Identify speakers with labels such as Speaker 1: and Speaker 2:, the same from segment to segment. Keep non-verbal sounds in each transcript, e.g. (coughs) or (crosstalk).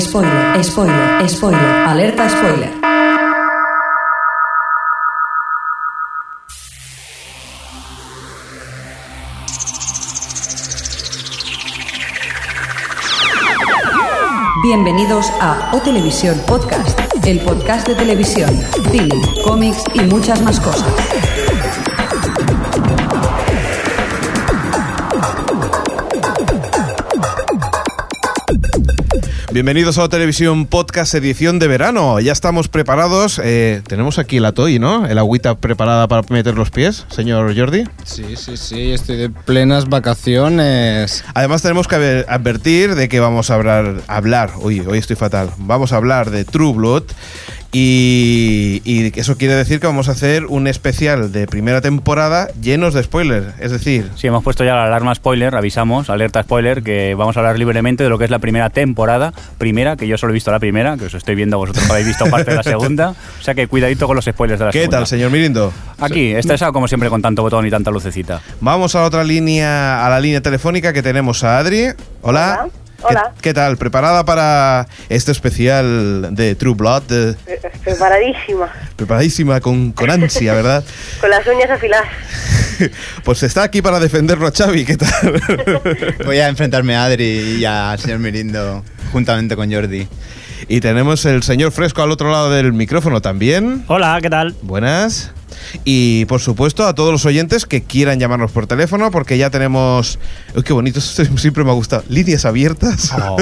Speaker 1: Spoiler, spoiler, spoiler, alerta spoiler. Bienvenidos a O Televisión Podcast, el podcast de televisión, cine, cómics y muchas más cosas.
Speaker 2: Bienvenidos a Televisión Podcast edición de verano. Ya estamos preparados. Eh, tenemos aquí el atoy, ¿no? El agüita preparada para meter los pies, señor Jordi.
Speaker 3: Sí, sí, sí, estoy de plenas vacaciones.
Speaker 2: Además tenemos que aver- advertir de que vamos a hablar, hablar hoy, hoy estoy fatal, vamos a hablar de True Blood y, y eso quiere decir que vamos a hacer un especial de primera temporada llenos de spoilers, es decir,
Speaker 4: Sí, hemos puesto ya la alarma spoiler, avisamos, alerta spoiler, que vamos a hablar libremente de lo que es la primera temporada, primera, que yo solo he visto la primera, que os estoy viendo, vosotros habéis visto parte de la segunda, o sea que cuidadito con los spoilers de la
Speaker 2: ¿qué
Speaker 4: segunda.
Speaker 2: tal, señor Mirindo?
Speaker 4: Aquí, estresado como siempre con tanto botón y tanta lucecita.
Speaker 2: Vamos a otra línea, a la línea telefónica que tenemos a Adri. Hola.
Speaker 5: Hola. Hola.
Speaker 2: ¿Qué, qué tal? ¿Preparada para este especial de True Blood? Eh,
Speaker 5: Pre- Preparadísima,
Speaker 2: Preparadísima con, con ansia, ¿verdad?
Speaker 5: con las uñas afiladas.
Speaker 2: Pues está aquí para defendernos Xavi, ¿qué tal?
Speaker 3: (laughs) Voy a enfrentarme a Adri y al señor Mirindo juntamente con Jordi.
Speaker 2: y tenemos el señor Fresco al otro lado del micrófono también.
Speaker 6: Hola, ¿qué tal?
Speaker 2: Buenas. Y por supuesto a todos los oyentes que quieran llamarnos por teléfono porque ya tenemos... Uy, ¡Qué bonito! (laughs) esto Siempre me ha gustado. Líneas abiertas.
Speaker 6: Oh.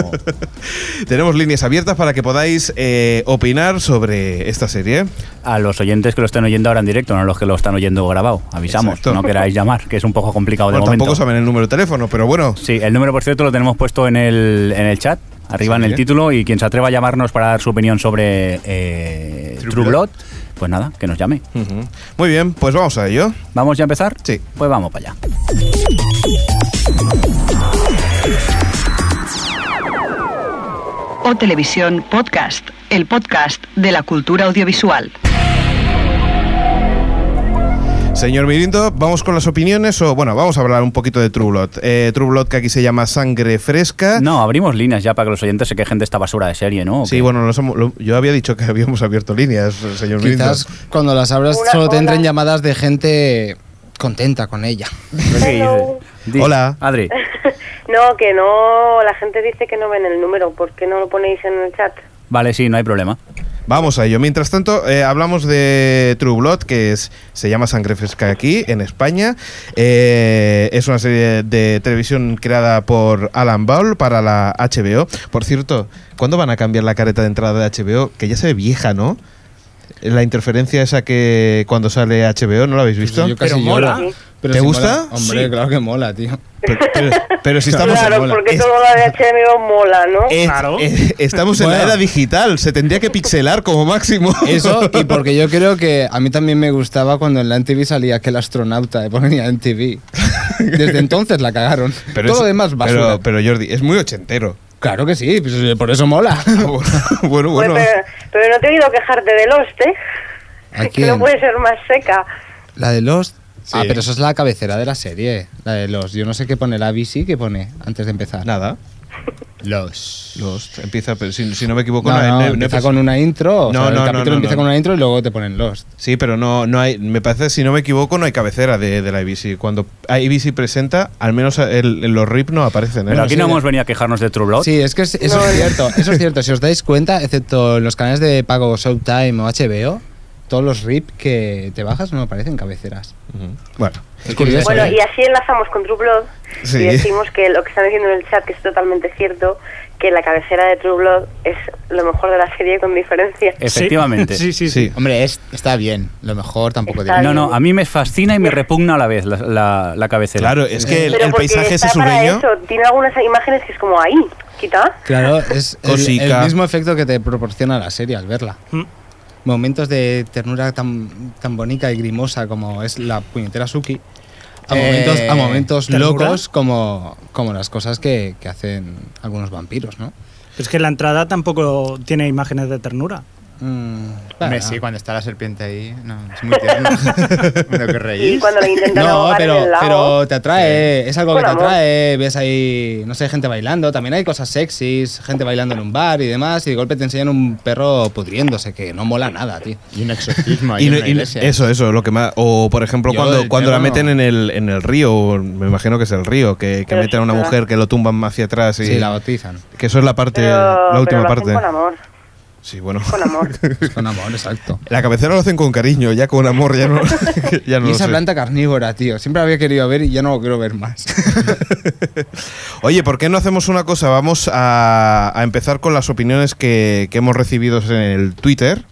Speaker 2: (laughs) tenemos líneas abiertas para que podáis eh, opinar sobre esta serie.
Speaker 4: A los oyentes que lo estén oyendo ahora en directo, no a los que lo están oyendo grabado, avisamos,
Speaker 2: Exacto.
Speaker 4: no queráis llamar, que es un poco complicado de
Speaker 2: Bueno,
Speaker 4: momento.
Speaker 2: tampoco saben el número de teléfono, pero bueno.
Speaker 4: Sí, el número, por cierto, lo tenemos puesto en el, en el chat, arriba
Speaker 2: Sí.
Speaker 4: en el título, y quien se atreva a llamarnos para dar su opinión sobre eh,
Speaker 2: True
Speaker 4: True,
Speaker 2: Blood.
Speaker 4: Blood, pues nada, que nos llame.
Speaker 2: Ujú. Muy bien, pues vamos a ello.
Speaker 4: ¿Vamos ya a empezar?
Speaker 2: Sí.
Speaker 4: Pues vamos para allá.
Speaker 1: O Televisión Podcast, el podcast de la cultura audiovisual.
Speaker 2: Señor Mirindo, vamos con las opiniones o bueno, vamos a hablar un poquito de True Blood. Eh, True Blood que aquí se llama Sangre Fresca.
Speaker 4: No, abrimos líneas ya para que los oyentes se quejen de esta basura de serie, ¿no? ¿O
Speaker 2: Sí,
Speaker 4: qué?
Speaker 2: bueno, los hemos- lo- yo había dicho que (laughs) habíamos abierto líneas, señor Mirindo.
Speaker 3: Quizás cuando las abras
Speaker 5: Hola,
Speaker 3: solo te entren
Speaker 5: hola.
Speaker 3: llamadas de gente contenta con ella.
Speaker 4: ¿Qué
Speaker 5: Hello.
Speaker 4: dices? Di-
Speaker 2: Hola.
Speaker 4: Adri.
Speaker 5: No, que no, la gente dice que no ven el número, ¿por qué no lo ponéis en el chat?
Speaker 4: Vale, sí, no hay problema.
Speaker 2: Vamos a ello. Mientras tanto, eh, hablamos de True Blood, que es, se llama Sangre Fresca aquí, en España. Eh, es una serie de televisión creada por Alan Ball para la HBO. Por cierto, ¿cuándo van a cambiar la careta de entrada de HBO? Que ya se ve vieja, ¿no? La interferencia esa que cuando sale HBO, ¿no la
Speaker 5: Pues
Speaker 2: habéis visto?
Speaker 3: pues Yo casi
Speaker 6: Pero
Speaker 3: lloro.
Speaker 6: mola.
Speaker 3: Pero
Speaker 2: ¿Te
Speaker 3: sí
Speaker 2: gusta?
Speaker 3: mola. Hombre,
Speaker 6: Sí.
Speaker 3: claro que mola, tío.
Speaker 2: Pero, pero- pero si estamos
Speaker 5: (laughs) claro,
Speaker 2: en,
Speaker 5: porque
Speaker 2: es- Eh,
Speaker 5: todo lo de HMO mola, ¿no?
Speaker 2: es-
Speaker 6: Claro.
Speaker 2: es- estamos en la
Speaker 3: Bueno.
Speaker 2: era digital, se tendría que pixelar como máximo.
Speaker 3: Eso, y porque yo creo que a mí también me gustaba cuando en la NTV salía aquel astronauta (laughs) y ponía NTV. Desde entonces la cagaron.
Speaker 2: (laughs) Pero
Speaker 3: Todo
Speaker 2: es-
Speaker 3: lo demás basura.
Speaker 2: Pero, pero Jordi, es muy
Speaker 3: (laughs)
Speaker 2: ochentero. (laughs)
Speaker 3: claro que sí, pues, por eso mola.
Speaker 2: Ah, bu- bueno,
Speaker 5: Pues,
Speaker 2: bueno.
Speaker 5: pero, pero no te he oído quejarte de Lost, ¿eh?
Speaker 3: ¿A
Speaker 5: Es (laughs) que
Speaker 3: quién?
Speaker 5: no puede ser más seca.
Speaker 3: La de Lost. Ah,
Speaker 2: Sí.
Speaker 3: pero eso es la cabecera de la serie, la de Lost. Yo no sé qué pone la BC, que pone antes de empezar.
Speaker 2: Nada.
Speaker 3: Lost.
Speaker 2: Lost empieza, pero si, si no me equivoco,
Speaker 3: No,
Speaker 2: hay-
Speaker 3: no,
Speaker 2: hay-
Speaker 3: empieza
Speaker 2: hay-
Speaker 3: con una intro. o
Speaker 2: No,
Speaker 3: sea, el
Speaker 2: no, no,
Speaker 3: capítulo
Speaker 2: no,
Speaker 3: empieza
Speaker 2: no.
Speaker 3: con una intro y luego te ponen Lost.
Speaker 2: Sí, pero no, no hay. Me parece, si no me equivoco, no hay cabecera de, de la IBC. Cuando IBC presenta, al menos el- los RIP no aparecen. ¿eh?
Speaker 4: Pero aquí
Speaker 3: sí,
Speaker 4: no
Speaker 3: de-
Speaker 4: hemos venido a quejarnos de True
Speaker 2: Oh.
Speaker 4: Blood.
Speaker 3: Sí, es que es- eso
Speaker 5: No,
Speaker 3: es
Speaker 5: no.
Speaker 3: cierto. Eso es cierto. Si os dais cuenta, excepto en los canales de pago Showtime o HBO, todos los RIP que te bajas no aparecen cabeceras.
Speaker 2: Ujú. Bueno.
Speaker 3: Es curioso.
Speaker 5: Bueno,
Speaker 3: ¿eh?
Speaker 5: y así enlazamos con True Blood
Speaker 2: Sí.
Speaker 5: y decimos que lo que están diciendo en el chat, que es totalmente cierto, que la cabecera de True Blood es lo mejor de la serie con diferencia.
Speaker 4: Efectivamente.
Speaker 6: Sí, sí, sí.
Speaker 2: Sí.
Speaker 3: Hombre, es- está bien. Lo mejor tampoco
Speaker 5: Está
Speaker 3: tiene-
Speaker 4: No, no, a mí me fascina y me repugna a la vez la, la- la cabecera.
Speaker 2: Claro, es que el,
Speaker 5: Pero
Speaker 2: el
Speaker 5: porque
Speaker 2: paisaje
Speaker 5: está
Speaker 2: ese
Speaker 5: para
Speaker 2: sureño.
Speaker 5: eso, Tiene algunas imágenes que es como ahí, quita.
Speaker 3: Claro, es el,
Speaker 2: Cosica.
Speaker 3: el mismo efecto que te proporciona la serie al verla.
Speaker 6: Mm.
Speaker 3: Momentos de ternura tan, tan bonita y grimosa como es la puñetera Suki. A
Speaker 6: Eh,
Speaker 3: momentos, a momentos
Speaker 6: ¿ternura?
Speaker 3: locos como, como las cosas que, que hacen algunos vampiros, ¿no?
Speaker 6: Pero es que la entrada tampoco tiene imágenes de ternura.
Speaker 7: Mm,
Speaker 3: Hombre,
Speaker 7: claro.
Speaker 3: sí, cuando está la serpiente ahí. No, es muy tierno. (laughs) Lo que
Speaker 5: Y
Speaker 3: reís.
Speaker 5: cuando lo intentan
Speaker 7: (laughs) No,
Speaker 5: ahogar en
Speaker 7: pero,
Speaker 5: el lago,
Speaker 7: pero te atrae, eh, es algo que
Speaker 5: Con
Speaker 7: te
Speaker 5: amor.
Speaker 7: atrae, ves ahí, no sé, gente bailando, también hay cosas sexys, gente bailando en un bar y demás, y de golpe te enseñan un perro pudriéndose, que no mola nada, tío.
Speaker 3: Y un exorcismo ahí
Speaker 2: Y,
Speaker 3: en
Speaker 2: no-
Speaker 3: una
Speaker 2: y no-
Speaker 3: iglesia.
Speaker 2: eso, eso, lo que más. O por ejemplo,
Speaker 3: Yo
Speaker 2: cuando,
Speaker 3: del
Speaker 2: cuando la
Speaker 3: perro no.
Speaker 2: meten en el, en el río, o me imagino que es el río, que, que
Speaker 5: Pero
Speaker 2: meten a
Speaker 5: sí,
Speaker 2: una
Speaker 5: ¿verdad?
Speaker 2: mujer que lo tumban más hacia atrás y.
Speaker 7: Sí, la bautizan.
Speaker 2: que eso es la parte,
Speaker 5: pero-
Speaker 2: la
Speaker 5: pero
Speaker 2: última
Speaker 5: lo hacen
Speaker 2: parte.
Speaker 5: Con amor,
Speaker 2: Sí, bueno.
Speaker 5: con amor.
Speaker 7: Es Con
Speaker 3: (laughs)
Speaker 7: amor, exacto.
Speaker 2: La cabecera lo hacen con cariño, ya con amor, ya no,
Speaker 5: (laughs)
Speaker 2: ya no
Speaker 7: y
Speaker 2: lo
Speaker 7: esa
Speaker 2: sé.
Speaker 7: planta carnívora, tío, siempre la había querido ver y ya no lo quiero ver más. (laughs)
Speaker 2: Oye, ¿por qué no hacemos una cosa? Vamos a, a empezar con las opiniones que, que hemos recibido en el Twitter.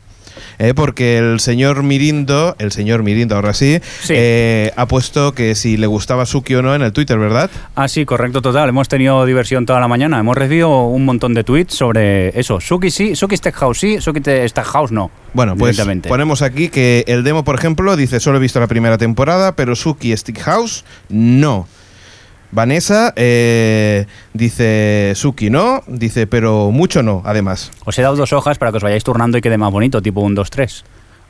Speaker 2: eh, porque el señor Mirindo, el señor Mirindo ahora sí,
Speaker 4: Sí.
Speaker 2: eh, ha puesto que si le gustaba Suki o no en el Twitter, ¿verdad?
Speaker 4: Ah, sí, correcto, total. Hemos tenido diversión toda la mañana. Hemos recibido un montón de tweets sobre eso. Suki sí, Suki Tech House sí, Suki Te- Tech House no.
Speaker 2: Bueno, pues
Speaker 4: Directamente.
Speaker 2: ponemos aquí que el demo, por ejemplo, dice solo he visto la primera temporada, pero Suki Stickhouse no. Vanessa eh, dice Suki no, dice pero mucho no, además.
Speaker 4: Os he dado dos hojas para que os vayáis turnando y quede más bonito, tipo un 2, 3.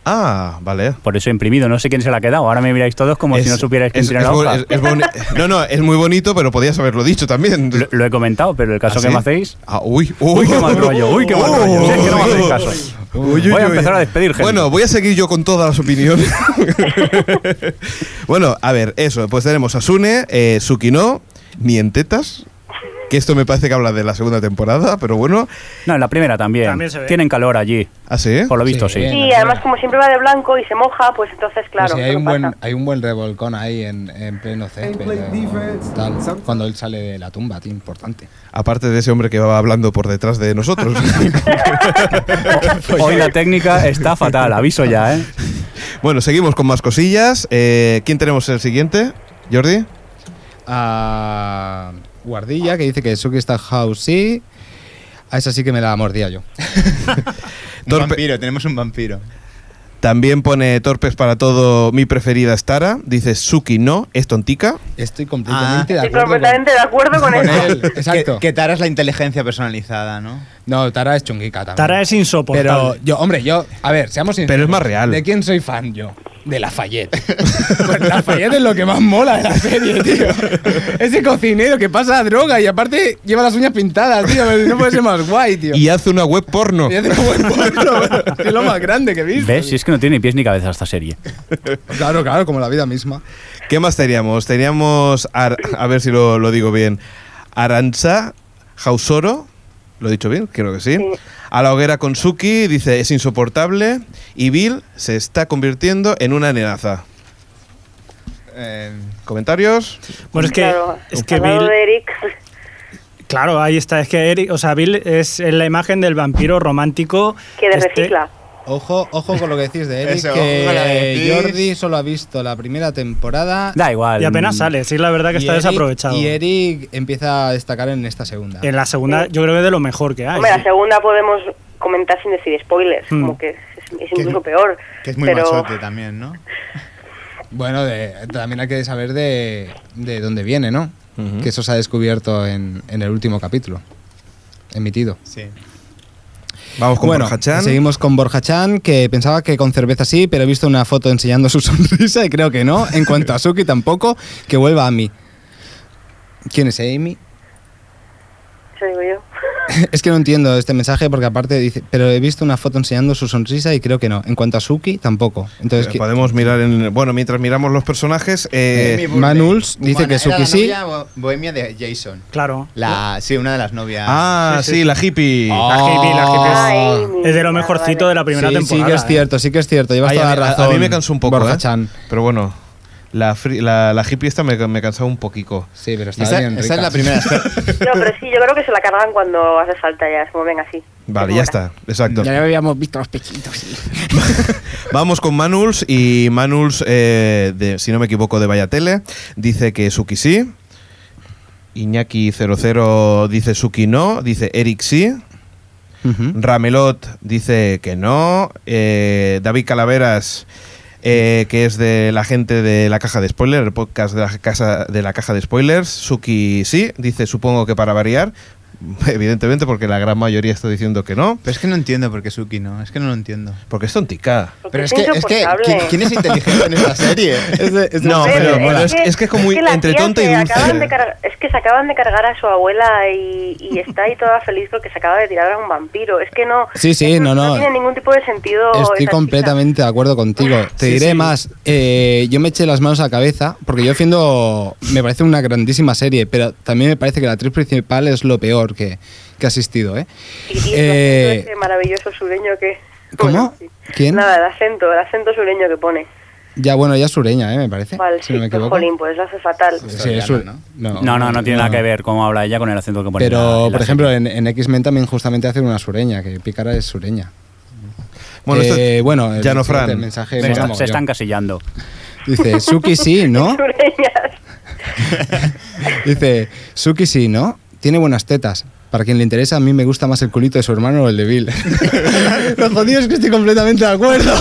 Speaker 2: Ah, vale.
Speaker 4: Por eso he imprimido. No sé quién se la ha quedado. Ahora me miráis todos como si no
Speaker 2: Es-
Speaker 4: supierais quién
Speaker 2: es-
Speaker 4: tiene
Speaker 2: es
Speaker 4: la
Speaker 2: bu-
Speaker 4: hoja.
Speaker 2: es- es boni- (laughs) No, no, es muy bonito, pero podías haberlo dicho también.
Speaker 4: Lo, lo he comentado, pero el caso
Speaker 2: ¿Ah,
Speaker 4: que
Speaker 2: sí?
Speaker 4: me hacéis.
Speaker 2: Ah, uy,
Speaker 4: Uy, qué mal rollo, uy, qué mal rollo. Sí, es que no me hacéis caso.
Speaker 2: Uy, uy,
Speaker 4: Voy a
Speaker 2: uy.
Speaker 4: empezar a despedir gente.
Speaker 2: Bueno, voy a seguir yo con todas las opiniones. (laughs) bueno, a ver, eso. Pues tenemos a Sune, eh, Suki no, ni en tetas. Que esto me parece que habla de la segunda temporada, pero bueno. ah,
Speaker 4: No, en la primera también.
Speaker 6: También se ve.
Speaker 4: Tienen calor allí.
Speaker 2: Así,
Speaker 4: Por lo visto, sí.
Speaker 7: Sí.
Speaker 5: Y además, como siempre va de blanco y se moja, pues entonces, claro,
Speaker 7: Pero sí,
Speaker 5: ¿qué
Speaker 7: hay, un
Speaker 5: pasa?
Speaker 7: buen, hay un buen revolcón ahí en, en pleno césped. o tal, cuando él sale de la tumba, tío, importante.
Speaker 2: Aparte de ese hombre que va hablando por detrás de
Speaker 4: (laughs)
Speaker 2: nosotros. (laughs)
Speaker 4: Hoy la técnica está fatal, aviso ya, ¿eh?
Speaker 2: bueno, seguimos con más cosillas. Eh, ¿Quién tenemos el siguiente? Jordi.
Speaker 7: a Guardilla, que dice que Suki está house sí. A esa sí que me la mordía yo.
Speaker 3: Un
Speaker 2: Torpe-
Speaker 3: vampiro, tenemos un vampiro.
Speaker 2: También pone torpes para todo. Mi preferida es Tara. Dice Suki no, es tontica.
Speaker 7: Estoy completamente de
Speaker 5: Ah. Estoy
Speaker 7: acuerdo. con-
Speaker 5: completamente de acuerdo con
Speaker 7: con
Speaker 5: eso.
Speaker 7: él, exacto.
Speaker 3: (laughs) Que, que Tara es la inteligencia personalizada, ¿no?
Speaker 7: No, Tara es chunguica también.
Speaker 6: Tara es insoportable.
Speaker 7: Pero yo, hombre, yo, a ver, seamos sinceros.
Speaker 2: Pero es más real.
Speaker 7: ¿De quién soy fan yo? De Lafayette. Pues Lafayette es lo que más mola de la serie, tío. Ese cocinero que pasa droga y aparte lleva las uñas pintadas, tío. No puede ser más guay, tío.
Speaker 2: Y hace una web porno.
Speaker 7: Y hace un buen (laughs) pueblo, es lo más grande que he visto.
Speaker 4: ¿Ves? Si es que no tiene ni pies ni cabeza esta serie.
Speaker 7: Claro, claro, como la vida misma.
Speaker 2: ¿Qué más teníamos? Teníamos, Ar- a ver si lo, lo digo bien, Aranza, Jausoro, lo he dicho bien, creo que sí.
Speaker 5: Sí.
Speaker 2: A la hoguera con Suki, dice, es insoportable, y Bill se está convirtiendo en una nenaza.
Speaker 3: Eh,
Speaker 2: ¿Comentarios?
Speaker 6: bueno, es que,
Speaker 5: Claro,
Speaker 6: es que
Speaker 5: al lado
Speaker 6: Bill.
Speaker 5: de Eric,
Speaker 6: Claro, ahí está. Es que Eric, o sea, Bill es, es la imagen del vampiro romántico.
Speaker 5: que de
Speaker 6: este-
Speaker 5: recicla.
Speaker 7: Ojo, ojo con lo que decís de Eric,
Speaker 3: Eso,
Speaker 7: que
Speaker 3: ojo con lo que decís.
Speaker 7: Jordi solo ha visto la primera temporada.
Speaker 4: Da igual.
Speaker 6: Y apenas
Speaker 4: mm,
Speaker 6: sale. Sí, la verdad que
Speaker 7: y
Speaker 6: está
Speaker 7: Eric-
Speaker 6: desaprovechado.
Speaker 7: Y Eric empieza a destacar en esta segunda.
Speaker 6: En la segunda, yo creo que es de lo mejor que hay.
Speaker 5: Hombre, la segunda podemos comentar sin decir spoilers,
Speaker 6: Mm.
Speaker 5: como que es, es incluso peor.
Speaker 3: que es muy
Speaker 5: pero
Speaker 3: machote también, ¿no?
Speaker 7: Bueno, de- también hay que saber de, de dónde viene, ¿no?
Speaker 2: Ujú.
Speaker 7: Que eso se ha descubierto en, en el último capítulo emitido.
Speaker 3: Sí.
Speaker 2: Vamos con
Speaker 7: bueno,
Speaker 2: Borja Chan.
Speaker 7: seguimos con Borja Chan, que pensaba que con cerveza sí, pero he visto una foto enseñando su (laughs) sonrisa y creo que no. En cuanto a Suki, tampoco. Que vuelva a mí. ¿Quién es Amy?
Speaker 5: Eso digo yo.
Speaker 7: (laughs) Es que no entiendo este mensaje porque aparte dice, pero he visto una foto enseñando su sonrisa y creo que no. En cuanto a Suki, tampoco. Entonces,
Speaker 2: Eh,
Speaker 7: que-
Speaker 2: Podemos mirar en... Bueno, mientras miramos los personajes... eh,
Speaker 7: Amy Burley. Manuls dice que
Speaker 3: era
Speaker 7: Suki
Speaker 3: la
Speaker 7: sí.
Speaker 3: novia bo- bohemia de Jason.
Speaker 6: Claro.
Speaker 3: La, sí, una de las novias. Oh.
Speaker 2: ah, sí, la hippie.
Speaker 6: La hippie, la hippie es-
Speaker 5: Ah, Amy.
Speaker 6: es de lo
Speaker 5: Ah,
Speaker 6: mejorcito
Speaker 5: vale.
Speaker 6: de la primera
Speaker 7: sí, sí
Speaker 6: temporada.
Speaker 7: que es
Speaker 6: ¿eh?
Speaker 7: cierto, sí que es cierto. Llevas
Speaker 2: Ay,
Speaker 7: toda
Speaker 2: a,
Speaker 7: la
Speaker 2: mí- a- a
Speaker 7: razón.
Speaker 2: mí me cansó un poco,
Speaker 7: Borja
Speaker 2: ¿eh?
Speaker 7: Chan.
Speaker 2: Pero bueno, la, fri- la, la hippie esta me, me cansaba un poquico.
Speaker 7: Sí, pero está
Speaker 3: Esa,
Speaker 7: bien.
Speaker 3: esa es
Speaker 7: rica.
Speaker 3: la
Speaker 7: (laughs)
Speaker 3: primera.
Speaker 5: No, pero sí, yo creo que se la cargan cuando hace falta ya, se mueven así.
Speaker 2: Vale,
Speaker 5: Se
Speaker 2: ya
Speaker 5: mola.
Speaker 2: está, exacto.
Speaker 8: Ya habíamos visto los pechitos.
Speaker 2: Vamos con Manuls y Manuls, eh, de- si no me equivoco, de Vaya Tele, dice que Suki sí. Iñaki00 dice Suki no, dice Eric sí.
Speaker 7: Ujú.
Speaker 2: Ramelot dice que no. eh, David Calaveras, eh, que es de la gente de la caja de spoilers, el podcast de la, casa, de la caja de spoilers. Suki sí, dice supongo que para variar. (laughs) evidentemente, porque la gran mayoría está diciendo que no,
Speaker 3: Pero es que no entiendo por qué Suki no, es que no lo entiendo.
Speaker 2: porque es tontica.
Speaker 5: Porque
Speaker 3: Pero es que, es que ¿qui- ¿quién, es inteligente en
Speaker 9: (laughs)
Speaker 3: esta serie?
Speaker 2: No,
Speaker 5: Hombre,
Speaker 2: pero bueno, es, es que es como
Speaker 5: que la
Speaker 2: entre
Speaker 5: tía
Speaker 2: tonta y
Speaker 5: se
Speaker 2: dulce.
Speaker 5: acaban de cargar- es que se acaban de cargar a su abuela y,
Speaker 7: (laughs)
Speaker 5: y está ahí toda feliz porque se acaba de tirar a un vampiro. Es que no.
Speaker 7: Sí, sí,
Speaker 5: es-
Speaker 7: no, no.
Speaker 5: tiene ningún tipo de sentido. esa
Speaker 7: Estoy
Speaker 5: chica.
Speaker 7: completamente de acuerdo contigo. Te diré más. eh, yo me eché las manos a la cabeza porque yo defiendo. Me parece una grandísima serie, pero también me parece que la actriz principal es lo peor que, que ha asistido, ¿eh?
Speaker 5: Y, y el
Speaker 7: Eh,
Speaker 5: acento ese este maravilloso sureño que.
Speaker 7: ¿Cómo?
Speaker 5: Bueno, sí.
Speaker 7: ¿Quién?
Speaker 5: Nada, el acento, el acento sureño que pone.
Speaker 7: Ya, bueno, ya es sureña, ¿eh? Me parece.
Speaker 5: Vale,
Speaker 7: si
Speaker 5: sí,
Speaker 7: no me equivoco.
Speaker 5: jolín, pues lo hace fatal.
Speaker 7: Sí, es sur-
Speaker 4: No, no, no tiene nada que ver cómo habla ella con el acento que pone. en la- en
Speaker 7: Pero,
Speaker 4: la
Speaker 7: por ejemplo, en, en X-Men también justamente hacen una sureña, que Pícara es sureña.
Speaker 2: Bueno, esto-
Speaker 7: Eh, bueno el-
Speaker 2: ya no,
Speaker 7: el
Speaker 2: Fran.
Speaker 7: mensaje,
Speaker 4: serie.
Speaker 7: me
Speaker 4: se, está-
Speaker 7: llamo
Speaker 4: se
Speaker 7: yo.
Speaker 4: están casillando.
Speaker 7: Dice, Suki sí, ¿no?
Speaker 5: Sureñas.
Speaker 7: Dice, Suki sí, ¿no? Tiene buenas tetas. Para quien le interesa, a mí me gusta más el culito de su hermano o el de Bill. (laughs) Lo jodido es que estoy completamente de acuerdo.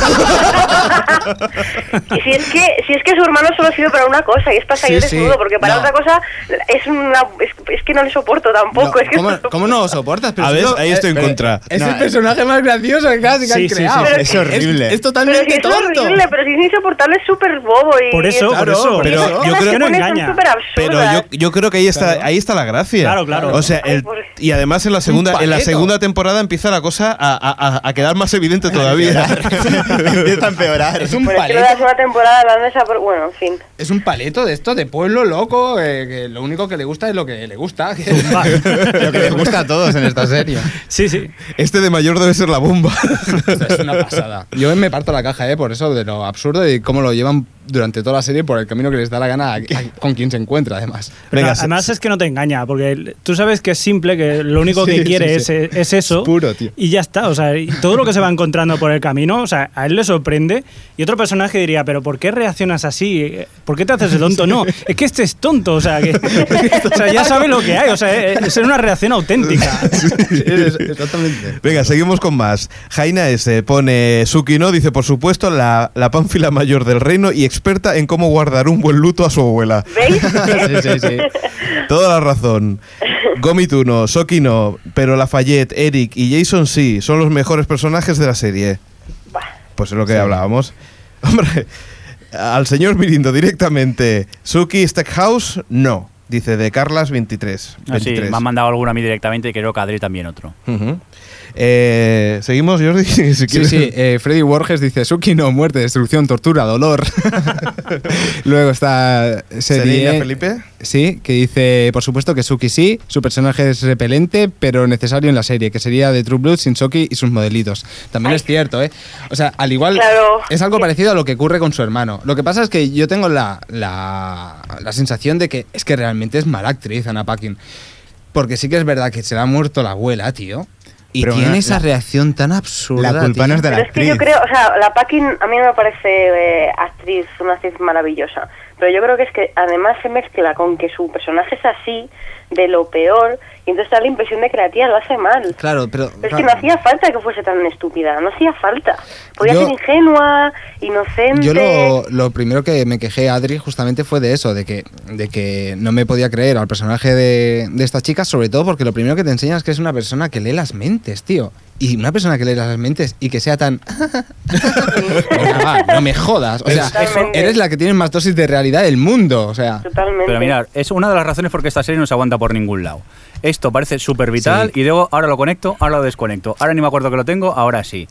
Speaker 5: Y si es que si es que su hermano solo sirve para una cosa y es para salir
Speaker 7: Sí, sí.
Speaker 5: desnudo porque para
Speaker 7: No.
Speaker 5: otra cosa es una es, es que no le soporto tampoco
Speaker 7: No,
Speaker 5: es que
Speaker 7: ¿cómo,
Speaker 5: no soporto.
Speaker 7: cómo (laughs) no lo soportas? Pero
Speaker 2: A
Speaker 7: si
Speaker 2: ver,
Speaker 7: no-
Speaker 2: ahí
Speaker 7: eh,
Speaker 2: estoy en
Speaker 7: pero-
Speaker 2: contra.
Speaker 9: Es
Speaker 3: No,
Speaker 9: el personaje más gracioso que casi que han
Speaker 6: Sí, sí, sí,
Speaker 9: creado.
Speaker 6: sí,
Speaker 3: es horrible.
Speaker 9: Es, es
Speaker 5: pero si
Speaker 9: totalmente
Speaker 5: es
Speaker 9: tonto. (laughs)
Speaker 3: (laughs)
Speaker 5: horrible pero si es insoportable es súper bobo y
Speaker 6: Por eso,
Speaker 7: Claro,
Speaker 6: por eso.
Speaker 7: por
Speaker 2: eso.
Speaker 6: Pero
Speaker 2: Yo
Speaker 5: yo
Speaker 2: creo-
Speaker 5: creo
Speaker 6: que
Speaker 5: que
Speaker 6: no
Speaker 5: son
Speaker 6: engaña.
Speaker 5: súper
Speaker 2: Pero
Speaker 5: absurdas.
Speaker 2: yo, yo creo que ahí está, ahí está la gracia.
Speaker 6: Claro, claro.
Speaker 2: O sea,
Speaker 5: Ay,
Speaker 2: el-
Speaker 5: por-
Speaker 2: y además en la segunda, en la
Speaker 9: paleto.
Speaker 2: segunda temporada empieza la cosa a, a- a- a quedar más evidente todavía. (laughs)
Speaker 3: Empieza a empeorar.
Speaker 9: Es un
Speaker 5: Bueno, es que
Speaker 9: paleto.
Speaker 5: lo de la segunda temporada la han desapro- bueno en fin
Speaker 9: Es un paleto de esto, de pueblo loco, eh, que lo único que le gusta es lo que le
Speaker 7: (laughs)
Speaker 9: gusta. que-
Speaker 3: Lo que les gusta a todos en esta serie.
Speaker 6: Sí, sí.
Speaker 2: este de mayor debe ser la bomba. (laughs)
Speaker 7: Es una pasada. Yo me parto la caja, ¿eh? Por eso, de lo absurdo y cómo lo llevan durante toda la serie por el camino que les da la gana a- a- con quien se encuentra, además.
Speaker 6: Pero
Speaker 2: Venga,
Speaker 6: además es que no te engaña, porque el- tú sabes que es simple, que lo único
Speaker 7: (laughs)
Speaker 6: que
Speaker 7: Sí,
Speaker 6: quiere
Speaker 7: sí, sí.
Speaker 6: Es, es eso.
Speaker 7: Es puro, tío.
Speaker 6: Y ya está. O sea, y todo lo que se va encontrando por el camino, o sea, a él le sorprende. Y otro personaje diría, pero ¿por qué reaccionas así? ¿Por qué te haces
Speaker 7: (laughs)
Speaker 6: el tonto? No, es que este es tonto. O sea, que, o sea ya sabe lo que hay. O sea, eh, es una reacción auténtica.
Speaker 7: exactamente.
Speaker 2: Venga, seguimos con más. Jaina S. pone Suki no, dice, por supuesto, la, la pánfila mayor del reino y experta en cómo guardar un buen luto a su abuela.
Speaker 5: veis
Speaker 7: (laughs) Sí, sí, sí.
Speaker 2: Toda la razón. Gomitu no, Soki no, pero Lafayette, Eric y Jason sí, son los mejores personajes de la serie. Pues es lo que hablábamos. (laughs) Hombre, al señor Mirindo directamente. Suki Stackhouse, no. Dice de Carlas 23.
Speaker 4: Ah, sí,
Speaker 2: 23.
Speaker 4: me han mandado alguno a mí directamente y creo que Adri también otro.
Speaker 2: Ujú. Eh, Seguimos, Jordi. (laughs) Si
Speaker 7: Sí,
Speaker 2: quieres.
Speaker 7: sí, eh, Freddy Borges dice Suki no, muerte, destrucción, tortura, dolor. (laughs) Luego está eh,
Speaker 2: Selena
Speaker 7: Serie,
Speaker 2: Felipe.
Speaker 7: Sí, que dice, por supuesto que Suki sí, su personaje es repelente, pero necesario en la serie, que sería de True Blood sin Suki y sus modelitos. También es cierto, ¿eh? O sea, al igual
Speaker 5: Claro.
Speaker 7: es algo parecido a lo que ocurre con su hermano. Lo que pasa es que yo tengo la, la, la sensación de que es que realmente es mala actriz Anna Paquin. Porque sí que es verdad que se le ha muerto la abuela, tío. Y
Speaker 3: Pero
Speaker 7: tiene
Speaker 3: bueno,
Speaker 7: esa
Speaker 3: la-
Speaker 7: reacción tan absurda.
Speaker 3: La culpa no
Speaker 7: tío.
Speaker 3: es de la
Speaker 5: Pero es que yo
Speaker 3: actriz.
Speaker 5: creo, o sea, la Paquin a mí no me parece eh, actriz, una actriz maravillosa. Pero yo creo que es que además se mezcla con que su personaje es así, de lo peor, y entonces da la impresión de que la tía lo hace mal.
Speaker 7: Claro, pero...
Speaker 5: Pero es que no hacía falta que fuese tan estúpida, no hacía falta. Podía
Speaker 7: Yo-
Speaker 5: ser ingenua, inocente.
Speaker 7: Yo lo, lo primero que me quejé a Adri justamente fue de eso, de que, de que no me podía creer al personaje de, de esta chica, sobre todo porque lo primero que te enseña es que es una persona que lee las mentes, tío. Y una persona que lee las mentes y que sea tan... (laughs) Venga, va, no me jodas. O sea,
Speaker 5: Totalmente.
Speaker 7: eres la que tienes más dosis de realidad del mundo. O sea,
Speaker 5: Totalmente.
Speaker 4: Pero mirad, es una de las razones por qué esta serie no se aguanta por ningún lado. Esto parece súper vital y luego ahora lo conecto, ahora lo desconecto. Ahora ni me acuerdo que lo tengo, ahora sí.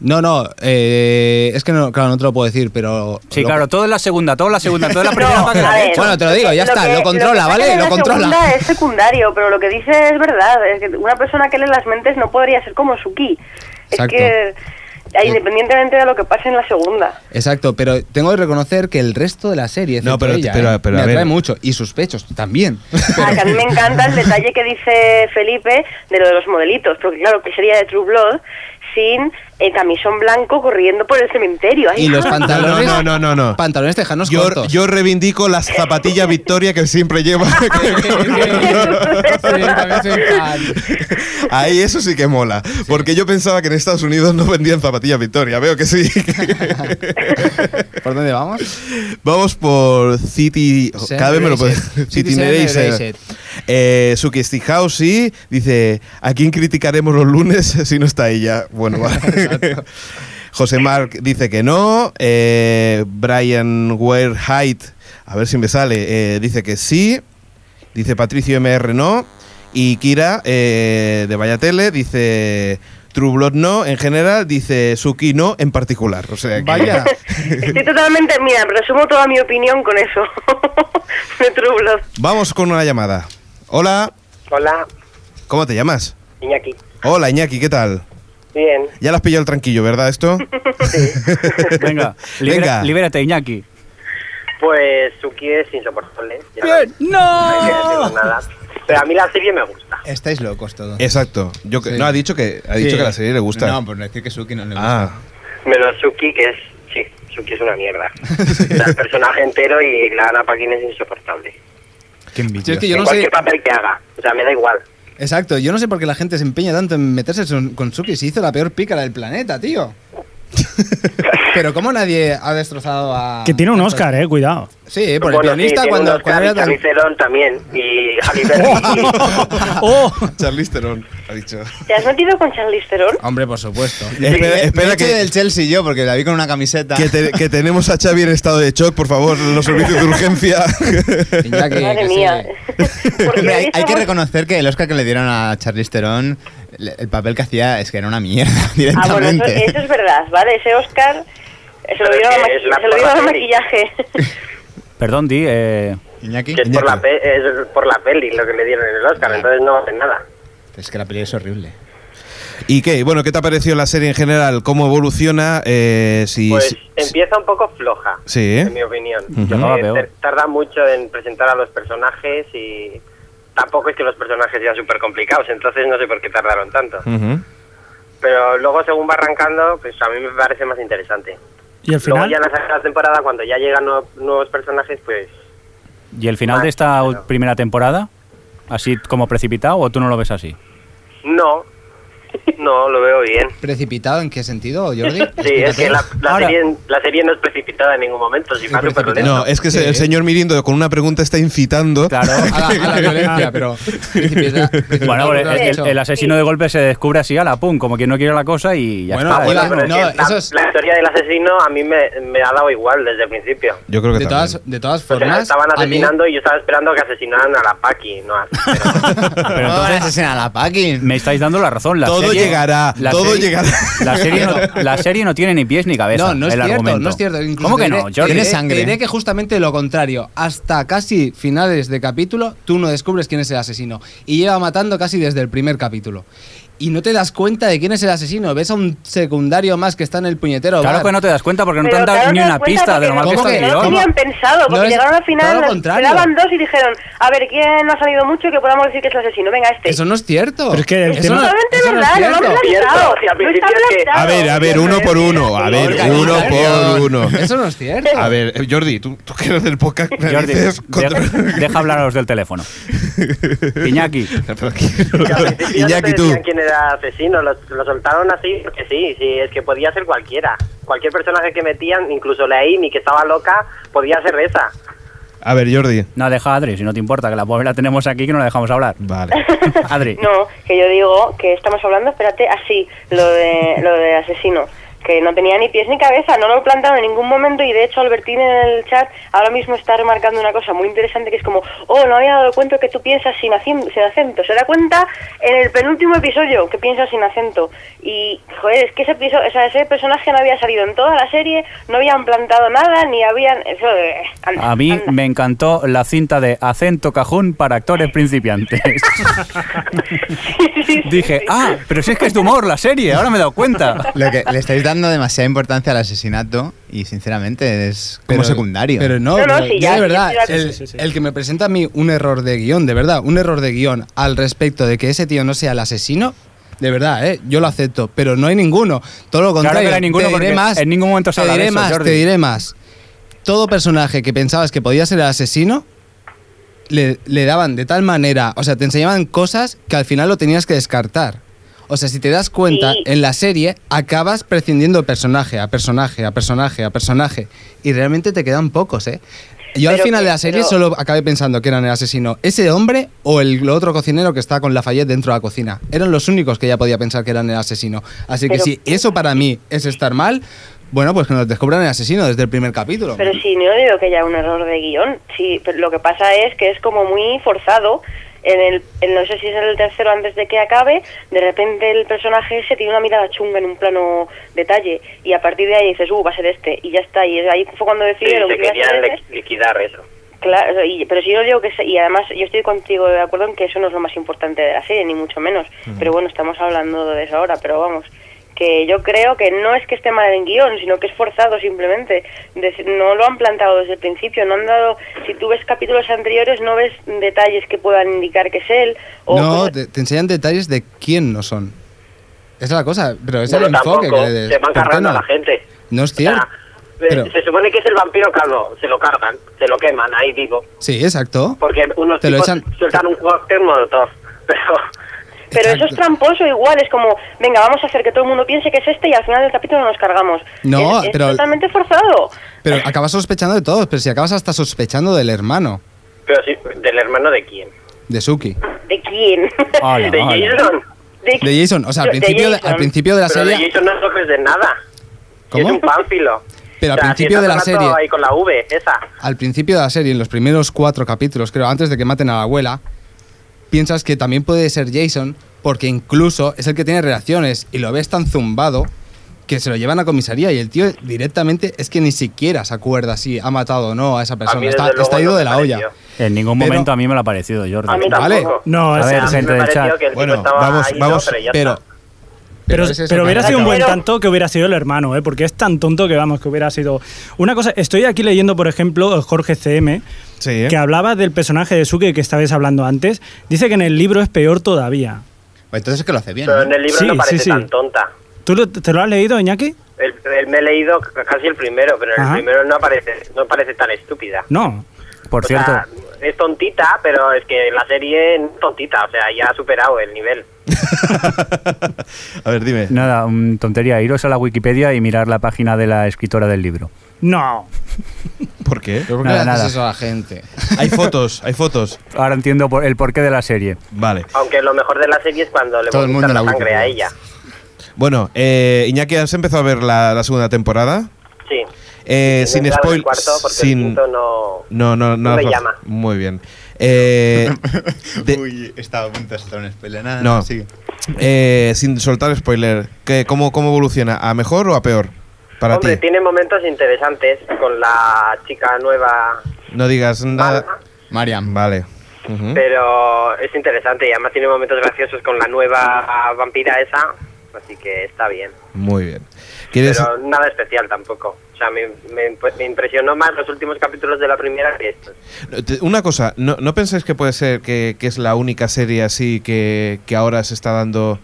Speaker 7: no, no, eh, es que no, claro, no te lo puedo decir, pero...
Speaker 4: Sí,
Speaker 7: lo-
Speaker 4: claro, todo es la segunda, todo es la segunda, todo es la primera.
Speaker 5: (laughs) No,
Speaker 4: para que
Speaker 5: a
Speaker 4: la
Speaker 5: ver,
Speaker 4: he hecho.
Speaker 7: Bueno, te lo digo, ya está, lo
Speaker 5: que
Speaker 7: controla,
Speaker 5: sacan
Speaker 7: ¿vale?
Speaker 5: en
Speaker 7: Lo
Speaker 5: la
Speaker 7: controla.
Speaker 5: segunda Es secundario, pero lo que dice es verdad. es que una persona que lee las mentes no podría ser como Suki.
Speaker 7: Exacto.
Speaker 5: Es que, eh, independientemente de lo que pase en la segunda.
Speaker 7: Exacto, pero tengo que reconocer que el resto de la serie,
Speaker 2: No,
Speaker 7: excepto
Speaker 2: pero-
Speaker 7: ella,
Speaker 2: pero-
Speaker 7: ¿eh?
Speaker 2: pero,
Speaker 7: me
Speaker 2: a ver.
Speaker 7: atrae mucho. Y sus pechos también.
Speaker 5: Ah, que a mí me encanta el detalle que dice Felipe de lo de los modelitos, porque claro, que sería de True Blood sin eh, camisón blanco corriendo por el cementerio. Ay,
Speaker 7: Y los
Speaker 5: ah,
Speaker 7: pantalones.
Speaker 2: No, no, no, no, no.
Speaker 7: Pantalones tejanos
Speaker 2: Yo,
Speaker 7: cortos. (laughs)
Speaker 2: yo reivindico las zapatillas Victoria que siempre lleva. (laughs)
Speaker 9: Sí, también soy fan.
Speaker 2: Ahí eso sí que mola. Porque yo pensaba que en Estados Unidos no vendían zapatillas Victoria. Veo que sí.
Speaker 7: ¿Por dónde vamos?
Speaker 2: Vamos por City.
Speaker 7: Send
Speaker 2: Cada vez me lo
Speaker 7: Erased.
Speaker 2: puedes. (laughs)
Speaker 7: City Send
Speaker 2: Erased.
Speaker 7: Erased.
Speaker 2: Eh, Suki Stihausi dice, ¿a quién criticaremos los lunes (laughs) si no está ella? Bueno,
Speaker 7: (laughs)
Speaker 2: vale. José Marc dice que no. Eh, Brian Wareheit, a ver si me sale, eh, dice que sí. Dice Patricio MR no. Y Kira eh, de Vaya Tele dice True Blood no en general, dice Suki no en particular. O sea que- (laughs)
Speaker 10: Vaya.
Speaker 11: Estoy totalmente, mira, resumo toda mi opinión con
Speaker 5: (laughs)
Speaker 11: eso. Me trublo.
Speaker 2: Vamos con una llamada. Hola,
Speaker 5: Hola,
Speaker 2: ¿cómo te llamas?
Speaker 5: Iñaki.
Speaker 2: Hola Iñaki, ¿qué tal?
Speaker 5: Bien.
Speaker 2: Ya las pillado el tranquillo, ¿verdad
Speaker 5: (laughs)
Speaker 2: esto? (laughs)
Speaker 4: Venga, libera-
Speaker 2: Venga.
Speaker 4: libérate, Iñaki.
Speaker 5: Pues Suki es insoportable. Ya No hay que
Speaker 4: ¡No!
Speaker 5: decir nada. Pero a mí la serie me gusta.
Speaker 3: Estáis locos todos.
Speaker 2: Exacto. Yo que-
Speaker 3: Sí.
Speaker 2: No, ha dicho que ha dicho
Speaker 3: Sí.
Speaker 2: que la serie le gusta.
Speaker 3: No, por no decir que Suki no le gusta.
Speaker 2: ah,
Speaker 5: Menos Suki, que es. Sí, Suki es una
Speaker 7: (laughs)
Speaker 5: mierda. O sea, el personaje entero y la Ana Paquín es insoportable.
Speaker 3: Qué envidia. es que yo
Speaker 5: en
Speaker 3: no
Speaker 5: cualquier
Speaker 3: sé.
Speaker 5: papel que haga. O sea, me da igual.
Speaker 7: Exacto, yo no sé por qué la gente se empeña tanto en meterse son- con Suki. Se hizo la peor pícara del planeta, tío. Pero cómo nadie ha destrozado a...
Speaker 6: Que tiene un Oscar, eh, cuidado.
Speaker 7: Sí, por
Speaker 5: Bueno, sí,
Speaker 7: el pianista
Speaker 5: tiene
Speaker 7: cuando,
Speaker 5: unos
Speaker 7: cuando era
Speaker 5: Charlize-
Speaker 7: tan...
Speaker 5: Charlize Theron también. Y Halle Berry.
Speaker 7: (laughs)
Speaker 6: ¡Oh!
Speaker 2: Charlize Theron, ha dicho.
Speaker 11: ¿Te has metido con Charlize Theron?
Speaker 7: Hombre, por supuesto.
Speaker 2: Espera, espera
Speaker 3: que
Speaker 2: que,
Speaker 3: del Chelsea yo, porque la vi con una camiseta.
Speaker 2: que, te- que tenemos a Xavi en estado de shock, por favor, los servicios de urgencia.
Speaker 7: Iñaki,
Speaker 11: Madre
Speaker 7: que sí.
Speaker 11: mía. Porque
Speaker 3: Hombre,
Speaker 11: he
Speaker 3: hay,
Speaker 11: visto
Speaker 3: hay que
Speaker 11: mu-
Speaker 3: reconocer que el Oscar que le dieron a Charlize Theron, le- el papel que hacía es que era una mierda (laughs)
Speaker 11: Ah, bueno, eso,
Speaker 3: directamente.
Speaker 11: eso es verdad, ¿vale? Ese Oscar se lo
Speaker 5: Pero
Speaker 11: dieron
Speaker 5: es
Speaker 11: al
Speaker 5: que es la
Speaker 11: maqui- se lo dieron al
Speaker 5: porra peli.
Speaker 11: maquillaje. (laughs)
Speaker 4: Perdón, Di. eh,
Speaker 3: Iñaki,
Speaker 5: Que es por,
Speaker 3: Iñaki.
Speaker 5: la pe- es por la peli lo que le dieron el Oscar, entonces no hacen nada.
Speaker 3: Es que la peli es horrible.
Speaker 2: ¿Y qué? Bueno, ¿qué te ha parecido la serie en general? ¿Cómo evoluciona? Eh, si,
Speaker 5: Pues
Speaker 2: si-
Speaker 5: empieza un poco floja,
Speaker 2: Sí.
Speaker 5: en mi opinión.
Speaker 2: Ujú.
Speaker 5: Eh,
Speaker 4: Ah, peor.
Speaker 5: tar- tarda mucho en presentar a los personajes y tampoco es que los personajes sean súper complicados, entonces no sé por qué tardaron tanto.
Speaker 2: Ujú.
Speaker 5: Pero luego según va arrancando, pues a mí me parece más interesante.
Speaker 6: Y al
Speaker 5: Luego
Speaker 6: final.
Speaker 5: ya en la segunda temporada, cuando ya llegan nue- nuevos personajes, pues
Speaker 4: ¿Y el final de esta primera temporada? ¿Así como precipitado o tú no lo ves así?
Speaker 5: no, no lo veo bien.
Speaker 7: ¿Precipitado en qué sentido, Jordi?
Speaker 5: Sí, es que la, la
Speaker 4: Ahora-
Speaker 5: serie, la serie no es precipitada en ningún momento, si va súper lento.
Speaker 2: No, es que se- el señor Mirindo con una pregunta está incitando.
Speaker 4: (laughs) Claro.
Speaker 7: A
Speaker 3: (laughs)
Speaker 7: la, a la violencia, pero... precipita- precipitado,
Speaker 4: Bueno,
Speaker 7: lo
Speaker 4: el,
Speaker 7: has
Speaker 4: el-
Speaker 7: dicho.
Speaker 4: el asesino de golpe se descubre así, a la pum, como quien no quiere la cosa y ya
Speaker 3: Bueno,
Speaker 4: está.
Speaker 3: ah,
Speaker 5: Bueno,
Speaker 3: Hola,
Speaker 5: pero es
Speaker 7: no,
Speaker 5: que la,
Speaker 7: eso es-
Speaker 5: la historia del asesino a mí me, me ha dado igual desde el principio.
Speaker 2: Yo creo que
Speaker 7: de,
Speaker 2: también.
Speaker 7: todas, de todas
Speaker 5: O sea,
Speaker 7: formas,
Speaker 5: estaban
Speaker 7: a mí-
Speaker 5: asesinando y yo estaba esperando que asesinaran a la Paki, no
Speaker 11: (laughs)
Speaker 5: a...
Speaker 3: Pero
Speaker 4: Pero
Speaker 3: entonces
Speaker 4: entonces
Speaker 3: asesina a la Paki.
Speaker 4: me estáis dando la razón. La
Speaker 2: Todo
Speaker 4: serie-
Speaker 2: llegará,
Speaker 4: la
Speaker 2: todo
Speaker 4: serie-
Speaker 2: llegará.
Speaker 4: La
Speaker 2: (laughs)
Speaker 4: serie, no, la serie no tiene ni pies ni cabeza.
Speaker 7: No, no es
Speaker 4: el
Speaker 7: cierto,
Speaker 4: argumento.
Speaker 7: no es cierto. Incluso
Speaker 4: ¿Cómo que
Speaker 7: te
Speaker 4: no,
Speaker 7: diré-
Speaker 4: Jordi?
Speaker 7: te
Speaker 3: Tiene
Speaker 7: diré-
Speaker 3: sangre.
Speaker 7: te diré que justamente lo contrario. Hasta casi finales de capítulo, tú no descubres quién es el asesino. Y lleva matando casi desde el primer capítulo. Y no te das cuenta de quién es el asesino. Ves a un secundario más que está en el puñetero.
Speaker 4: Claro
Speaker 7: bar.
Speaker 4: que no te das cuenta porque no te
Speaker 11: Pero
Speaker 4: han dado
Speaker 11: claro,
Speaker 4: ni
Speaker 11: te das
Speaker 4: una
Speaker 11: cuenta
Speaker 4: pista de lo
Speaker 11: porque
Speaker 4: mal que está
Speaker 7: ¿Cómo que-
Speaker 4: el
Speaker 11: No lo
Speaker 4: guión.
Speaker 7: cómo-
Speaker 11: tenían pensado, porque
Speaker 7: No es-
Speaker 11: llegaron al
Speaker 7: todo
Speaker 11: final,
Speaker 7: lo
Speaker 11: nos
Speaker 7: contrario.
Speaker 11: quedaban dos y dijeron, a ver, ¿quién ha salido mucho que podamos decir que es el asesino? Venga, este.
Speaker 7: Eso no es cierto.
Speaker 6: Pero es que el
Speaker 7: Eso
Speaker 6: tema-
Speaker 7: no-
Speaker 11: Totalmente
Speaker 7: eso no es
Speaker 11: verdad, no lo han
Speaker 7: cierto.
Speaker 11: planteado.
Speaker 5: Cierto, si al
Speaker 11: No está
Speaker 5: principio es que-
Speaker 11: planteado.
Speaker 2: A ver, a ver, uno por uno. A ver,
Speaker 7: Organización.
Speaker 2: uno por uno.
Speaker 7: Eso no es cierto.
Speaker 2: A ver, eh, Jordi, tú, tú que eres del podcast. me
Speaker 4: Jordi,
Speaker 2: dices
Speaker 4: deja,
Speaker 2: contra- (laughs)
Speaker 4: deja hablar a los del teléfono. Iñaki,
Speaker 2: Pero aquí-
Speaker 5: Iñaki,
Speaker 7: (laughs)
Speaker 2: Iñaki,
Speaker 5: no
Speaker 2: tú.
Speaker 5: sabían quién era asesino, lo, lo soltaron así porque sí, sí, es que podía ser cualquiera. Cualquier personaje que metían, incluso la Amy que estaba loca, podía ser esa.
Speaker 2: A ver, Jordi.
Speaker 4: no deja a Adri, si no te importa, que la pobre la tenemos aquí que no la dejamos
Speaker 11: (laughs)
Speaker 4: hablar.
Speaker 2: Vale.
Speaker 4: Adri,
Speaker 11: No, que yo digo que estamos hablando, espérate, así, lo de lo de asesino, que no tenía ni pies ni cabeza, no lo he planteado en ningún momento y de hecho Albertín en el chat ahora mismo está remarcando una cosa muy interesante que es como, oh, no había dado cuenta que tú piensas sin, acien- sin acento, se da cuenta en el penúltimo episodio que piensas sin acento y, joder, es que ese, episo- o sea, ese personaje no había salido en toda la serie, no habían plantado nada, ni habían... Eso, eh, anda,
Speaker 4: a mí
Speaker 11: anda.
Speaker 4: me encantó la cinta de acento cajón para actores principiantes.
Speaker 11: Sí, sí, sí,
Speaker 4: Dije,
Speaker 11: sí.
Speaker 4: ah, pero si es que es de humor la serie, ahora me he dado
Speaker 11: (laughs)
Speaker 4: cuenta.
Speaker 3: Lo que le estáis dando demasiada importancia al asesinato y sinceramente es como
Speaker 7: Pero-
Speaker 3: secundario.
Speaker 7: Pero no,
Speaker 11: No, no,
Speaker 7: pero
Speaker 11: sí,
Speaker 7: yo
Speaker 11: ya,
Speaker 7: de verdad,
Speaker 11: sí, sí,
Speaker 7: el,
Speaker 6: sí, sí.
Speaker 7: el que me presenta a mí un error de guión, de verdad, un error de guión al respecto de que ese tío no sea el asesino, de verdad, ¿eh? yo lo acepto, pero no hay ninguno. Todo lo contrario,
Speaker 4: que no hay ninguno
Speaker 7: te diré
Speaker 4: porque
Speaker 7: más.
Speaker 4: en ningún momento se
Speaker 7: te
Speaker 4: habla de
Speaker 7: diré
Speaker 4: eso,
Speaker 7: más,
Speaker 4: Jordi.
Speaker 7: te diré más. Todo personaje que pensabas que podía ser el asesino, le, le daban de tal manera, o sea, te enseñaban cosas que al final lo tenías que descartar. O sea, si te das cuenta,
Speaker 11: Sí.
Speaker 7: en la serie acabas prescindiendo personaje a personaje, a personaje, a personaje, y realmente te quedan pocos, ¿eh? Yo al
Speaker 11: Pero
Speaker 7: final
Speaker 11: que-
Speaker 7: de la serie
Speaker 11: pero-
Speaker 7: solo acabé pensando que eran el asesino, ese hombre o el otro cocinero que está con Lafayette dentro de la cocina. Eran los únicos que ya podía pensar que eran el asesino. Así que
Speaker 11: Pero-
Speaker 7: si eso para mí es estar mal, bueno, pues que nos descubran el asesino desde el primer capítulo.
Speaker 11: Pero si no digo que haya un error de guión, sí, pero lo que pasa es que es como muy forzado. En el, en- no sé si es en el tercero antes de que acabe, de repente el personaje ese tiene una mirada chunga en un plano detalle y a partir de ahí dices, uh, va a ser este y ya está. Y ahí fue cuando
Speaker 5: Sí,
Speaker 11: decidieron
Speaker 5: se
Speaker 11: que iba a ser
Speaker 5: querían
Speaker 11: ese.
Speaker 5: liqu- liquidar eso.
Speaker 11: Claro, y- pero si yo digo que... se- Y además yo estoy contigo de acuerdo en que eso no es lo más importante de la serie, ni mucho menos. Pero bueno, estamos hablando de eso ahora, pero vamos. Que yo creo que no es que esté mal en guión, sino que es forzado simplemente. Des- no lo han plantado desde el principio, no han dado... Si tú ves capítulos anteriores no ves pues, detalles que puedan indicar que es él. O
Speaker 7: no,
Speaker 11: cosas-
Speaker 7: te, te enseñan detalles de quién no son. Esa es la cosa, pero es
Speaker 5: Bueno,
Speaker 7: el enfoque
Speaker 5: tampoco,
Speaker 7: que le des.
Speaker 5: se van
Speaker 7: ¿Por qué
Speaker 5: cargando a
Speaker 7: no?
Speaker 5: la gente.
Speaker 7: No es
Speaker 5: O sea,
Speaker 7: cierto.
Speaker 5: eh,
Speaker 7: Pero-
Speaker 5: Se supone que es el vampiro calvo, se lo cargan, se lo queman ahí vivo.
Speaker 7: sí, exacto.
Speaker 5: Porque unos
Speaker 7: Te lo
Speaker 5: tipos
Speaker 7: echan-
Speaker 5: sueltan un cóctel molotov. (laughs) Pero
Speaker 11: Pero eso
Speaker 7: Exacto.
Speaker 11: es tramposo igual, es como, venga, vamos a hacer que todo el mundo piense que es este y al final del capítulo nos cargamos.
Speaker 7: No,
Speaker 11: Es- es
Speaker 7: pero-
Speaker 11: totalmente forzado.
Speaker 7: Pero acabas sospechando de todos, pero si acabas hasta sospechando del hermano
Speaker 5: pero sí, ¿del hermano de quién?
Speaker 7: de Suki.
Speaker 11: ¿De quién?
Speaker 4: Hola,
Speaker 5: ¿De
Speaker 4: hola.
Speaker 5: Jason?
Speaker 7: De Jason, o sea, al
Speaker 11: de
Speaker 7: principio de,
Speaker 11: Jason.
Speaker 7: al principio de la
Speaker 5: Pero de
Speaker 7: serie.
Speaker 5: Jason no sopes de nada. Y
Speaker 7: ¿Cómo?
Speaker 5: Es un pánfilo.
Speaker 7: Pero al
Speaker 5: O sea,
Speaker 7: principio
Speaker 5: si
Speaker 7: de la
Speaker 5: estás hablando
Speaker 7: serie.
Speaker 5: Ahí con la V, esa.
Speaker 7: Al principio de la serie, en los primeros cuatro capítulos, creo, antes de que maten a la abuela, piensas que también puede ser Jason, porque incluso es el que tiene relaciones y lo ves tan zumbado que se lo llevan a comisaría y el tío directamente es que ni siquiera se acuerda si ha matado o no a esa persona.
Speaker 5: A mí, desde
Speaker 7: está
Speaker 5: luego,
Speaker 7: está
Speaker 5: no
Speaker 7: ido
Speaker 5: me
Speaker 7: de la
Speaker 5: pareció.
Speaker 7: olla.
Speaker 4: En ningún
Speaker 7: Pero-
Speaker 4: momento a mí me lo ha parecido, Jordi.
Speaker 5: A mí tampoco.
Speaker 7: Vale.
Speaker 6: No,
Speaker 4: A
Speaker 6: o sea,
Speaker 4: ver, gente del chat.
Speaker 2: Bueno, vamos- vamos,
Speaker 7: Pero,
Speaker 6: Pero,
Speaker 7: es eso,
Speaker 6: pero hubiera
Speaker 7: claro.
Speaker 6: sido un buen
Speaker 11: Pero-
Speaker 6: tanto que hubiera sido el hermano, ¿eh? porque es tan tonto que vamos, que hubiera sido... Una cosa, estoy aquí leyendo, por ejemplo, Jorge CM,
Speaker 2: Sí, ¿eh?
Speaker 6: que hablaba del personaje de Suke que estabais hablando antes. Dice que en el libro es peor todavía.
Speaker 3: Pues entonces es que lo hace bien.
Speaker 5: Pero
Speaker 3: ¿no?
Speaker 5: en el libro
Speaker 6: Sí,
Speaker 5: no
Speaker 6: sí,
Speaker 5: parece
Speaker 6: sí.
Speaker 5: tan tonta.
Speaker 6: ¿Tú lo- te lo has leído, Iñaki?
Speaker 5: El, el- me he leído c- casi el primero, pero
Speaker 6: Ajá.
Speaker 5: el primero no parece, no parece tan estúpida.
Speaker 6: No.
Speaker 4: Por
Speaker 5: O
Speaker 4: cierto,
Speaker 5: sea, es tontita, pero es que la serie no es tontita, o sea, ya ha superado el nivel.
Speaker 2: A ver, dime.
Speaker 4: nada, mm, tontería, iros a la Wikipedia y mirar la página de la escritora del libro.
Speaker 6: No.
Speaker 2: ¿Por qué?
Speaker 7: ¿Pero por qué
Speaker 4: Nada,
Speaker 7: le haces
Speaker 4: nada.
Speaker 7: eso a la gente?
Speaker 2: Hay fotos, hay fotos.
Speaker 4: Ahora entiendo por- el porqué de la serie.
Speaker 2: Vale.
Speaker 5: Aunque lo mejor de la serie es cuando le
Speaker 3: Todo el
Speaker 5: vomitan
Speaker 3: mundo
Speaker 5: la,
Speaker 3: la
Speaker 5: sangre
Speaker 3: busca.
Speaker 5: a ella.
Speaker 2: Bueno, eh, Iñaki, ¿has empezado a ver la, la segunda temporada?
Speaker 5: Sí.
Speaker 2: Eh,
Speaker 5: Y no
Speaker 2: sin
Speaker 5: he entrado en el
Speaker 2: spoilers.
Speaker 5: cuarto porque el
Speaker 2: sin...
Speaker 5: quinto no...
Speaker 2: No, no, no.
Speaker 5: no me
Speaker 2: las-
Speaker 5: llama.
Speaker 2: Muy bien.
Speaker 7: (laughs)
Speaker 2: Eh, de-
Speaker 3: Uy, estaba a punto de soltar un spoiler. Nada,
Speaker 2: No.
Speaker 3: no. sigue.
Speaker 2: eh, sin soltar spoiler, ¿qué- cómo, ¿cómo evoluciona? ¿A mejor o a peor? Para
Speaker 5: Hombre,
Speaker 2: ti.
Speaker 5: tiene momentos interesantes con la chica nueva,
Speaker 2: No digas nada.
Speaker 5: Alma,
Speaker 3: Mariam.
Speaker 2: Vale. Ujú.
Speaker 5: pero es interesante y además tiene momentos graciosos con la nueva vampira esa, así que está bien.
Speaker 2: Muy bien. ¿Quieres.?
Speaker 5: Pero nada especial tampoco. O sea, me, me- me impresionó más los últimos capítulos de la primera que estos.
Speaker 2: Te- Una cosa, ¿no, no pensáis que puede ser que, que es la única serie así que, que ahora se está dando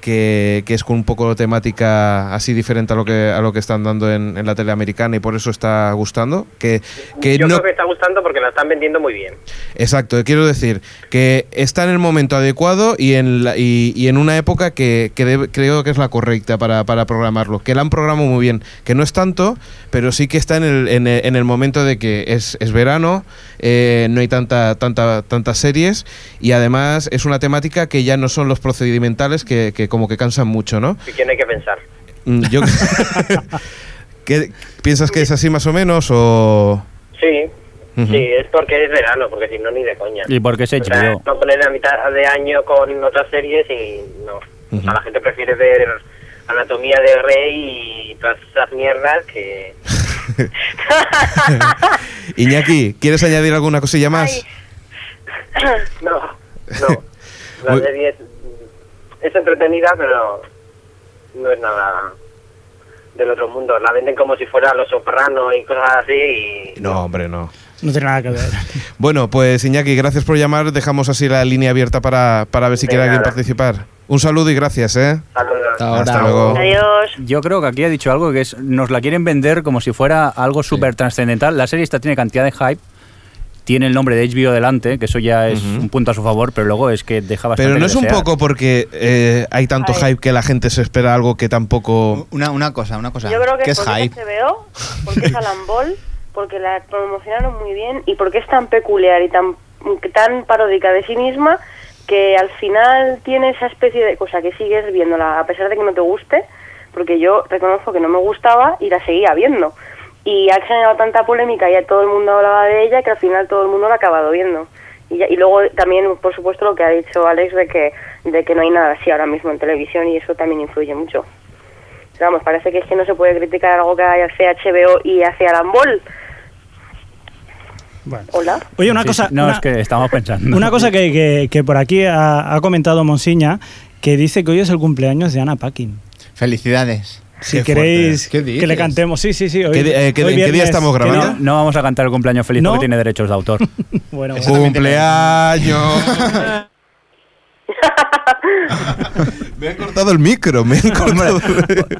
Speaker 2: que, que es con un poco temática así diferente a lo que a lo que están dando en, en la tele americana y por eso está gustando? Que, que
Speaker 5: Yo
Speaker 2: no,
Speaker 5: creo que está gustando porque la están vendiendo muy bien.
Speaker 2: Exacto, quiero decir que está en el momento adecuado y en, la- y, y en una época que, que debe- creo que es la correcta para, para programarlo, que la han programado muy bien, que no es tanto, pero sí que está en el, en el, en el momento de que es, es verano, eh, no hay tanta, tanta, tantas series y además es una temática que ya no son los procedimentales que, que como que cansan mucho, ¿no?
Speaker 5: Así que no hay que pensar.
Speaker 2: Mm, Yo, (laughs) ¿Qué- ¿Piensas que es así más o menos o...?
Speaker 5: Sí,
Speaker 2: Ujú.
Speaker 5: sí, es porque es verano, porque si no, ni de coña.
Speaker 4: ¿Y por qué se
Speaker 5: O sea,
Speaker 4: chivió?
Speaker 5: no poner a mitad de año con otras series y no. O sea, la gente prefiere ver Anatomía de Rey y todas esas mierdas
Speaker 2: (coughs)
Speaker 5: que... (coughs)
Speaker 2: Iñaki, ¿quieres añadir alguna cosilla más?
Speaker 11: Ay.
Speaker 5: No, no. La
Speaker 2: Muy-
Speaker 5: serie es, es entretenida, pero no es nada del otro mundo. La venden como si fuera Los Soprano y cosas así. Y
Speaker 2: No, hombre, no.
Speaker 6: No tiene nada que ver.
Speaker 2: Bueno, pues Iñaki, gracias por llamar. Dejamos así la línea abierta para, para ver si
Speaker 5: De
Speaker 2: quiere alguien
Speaker 5: nada.
Speaker 2: participar. Un saludo y gracias, ¿eh?
Speaker 5: Saludos.
Speaker 7: Hasta
Speaker 2: Hasta
Speaker 7: ahora.
Speaker 2: luego.
Speaker 11: Adiós.
Speaker 4: Yo creo que aquí ha dicho algo que es, nos la quieren vender como si fuera algo súper trascendental. La serie esta tiene cantidad de hype, tiene el nombre de HBO delante, que eso ya es un punto a su favor, pero luego es que deja bastante
Speaker 2: Pero no
Speaker 4: que
Speaker 2: es un
Speaker 4: desear.
Speaker 2: poco porque eh, hay tanto
Speaker 11: Ay.
Speaker 2: hype que la gente se espera algo que tampoco...
Speaker 3: Una, una cosa, una cosa.
Speaker 11: Yo creo que
Speaker 3: ¿Qué es
Speaker 11: porque
Speaker 3: hype? (laughs)
Speaker 11: es HBO, porque es Alan Ball, porque la promocionaron muy bien y porque es tan peculiar y tan, tan paródica de sí misma que al final tiene esa especie de cosa que sigues viéndola a pesar de que no te guste, porque yo reconozco que no me gustaba y la seguía viendo. Y ha generado tanta polémica y ya todo el mundo hablaba de ella que al final todo el mundo la ha acabado viendo. Y, ya- y luego también, por supuesto, lo que ha dicho Alex de que, de que no hay nada así ahora mismo en televisión y eso también influye mucho. Pero vamos, parece que es que no se puede criticar algo que hace HBO y hace Arambol. Hola.
Speaker 6: Oye, una
Speaker 4: Sí,
Speaker 6: cosa.
Speaker 4: sí. No,
Speaker 6: una-
Speaker 4: es que estamos pensando.
Speaker 6: Una cosa que, que- que por aquí ha, ha comentado Monsiña, que dice que hoy es el cumpleaños de Ana Paquin.
Speaker 3: Felicidades.
Speaker 6: Si
Speaker 2: Qué
Speaker 6: queréis
Speaker 3: fuerte. ¿Qué
Speaker 6: que le
Speaker 3: dices?
Speaker 6: cantemos, sí, sí, sí. Hoy,
Speaker 2: ¿Qué di- eh, qué
Speaker 6: hoy
Speaker 2: di- en qué día
Speaker 6: viernes.
Speaker 2: estamos
Speaker 6: Que no-
Speaker 4: No,
Speaker 2: grabando?
Speaker 4: no vamos a cantar el cumpleaños feliz
Speaker 6: ¿No?
Speaker 4: porque tiene derechos de
Speaker 6: (laughs)
Speaker 4: autor.
Speaker 6: Bueno,
Speaker 3: Eso también te
Speaker 2: ¡Cumpleaños! (laughs) me han cortado el micro, me han (laughs) cortado.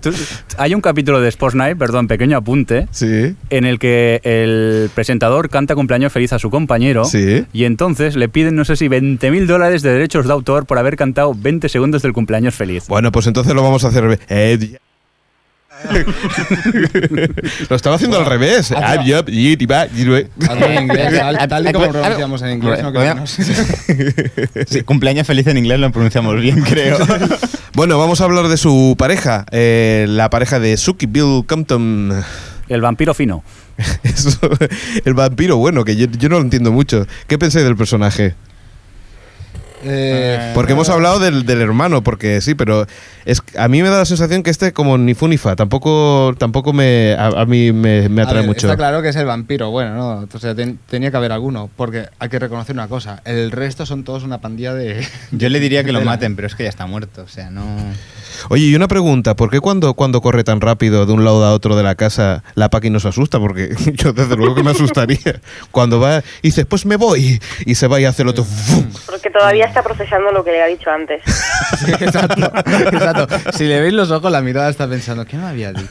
Speaker 4: Tú- Hay un capítulo de Sports Night, perdón, pequeño apunte,
Speaker 2: sí.
Speaker 4: en el que el presentador canta cumpleaños feliz a su compañero
Speaker 2: Sí.
Speaker 4: y entonces le piden, no sé si, 20 mil dólares de derechos de autor por haber cantado 20 segundos del cumpleaños feliz.
Speaker 2: Bueno, pues entonces lo vamos a hacer. Eh, di- lo estaba haciendo al revés. Ah, yup, yi, di, ba, yi, rue.
Speaker 7: Hazlo en inglés, tal, tal y como
Speaker 3: Ah,
Speaker 7: lo pronunciamos en inglés, no
Speaker 3: Bueno,
Speaker 7: queremos.
Speaker 3: Sí, cumpleaños feliz en inglés lo pronunciamos
Speaker 6: (laughs)
Speaker 3: bien, creo.
Speaker 2: Bueno, vamos a hablar de su pareja, eh, la pareja de Suki Bill Compton. (laughs)
Speaker 4: El vampiro fino.
Speaker 2: Es el vampiro bueno, que yo, yo no lo entiendo mucho. ¿Qué pensáis del personaje?
Speaker 7: Eh,
Speaker 2: Porque hemos hablado del, del hermano, porque sí, pero es a mí me da la sensación que este como ni fu ni fa, tampoco, tampoco me, a, a mí me, me
Speaker 7: a
Speaker 2: atrae
Speaker 7: ver,
Speaker 2: mucho.
Speaker 7: Está claro que es el vampiro, bueno, no, o sea, ten- tenía que haber alguno, porque hay que reconocer una cosa, el resto son todos una pandilla de...
Speaker 3: (laughs) Yo le diría que lo maten, pero es que ya está muerto. O
Speaker 7: (laughs)
Speaker 3: sea, no.
Speaker 2: Oye, y una pregunta, ¿por qué cuando, cuando corre tan rápido de un lado a otro de la casa la Paqui nos asusta? Porque (laughs) yo desde luego que me asustaría. Cuando va y dices, pues me voy, y se va y hace el
Speaker 3: Mm.
Speaker 2: otro... ¡fum!
Speaker 11: Porque todavía está procesando lo que le ha dicho antes.
Speaker 7: Sí,
Speaker 11: (laughs)
Speaker 7: exacto, exacto. Si le veis los ojos, la mirada está pensando, ¿qué me había dicho?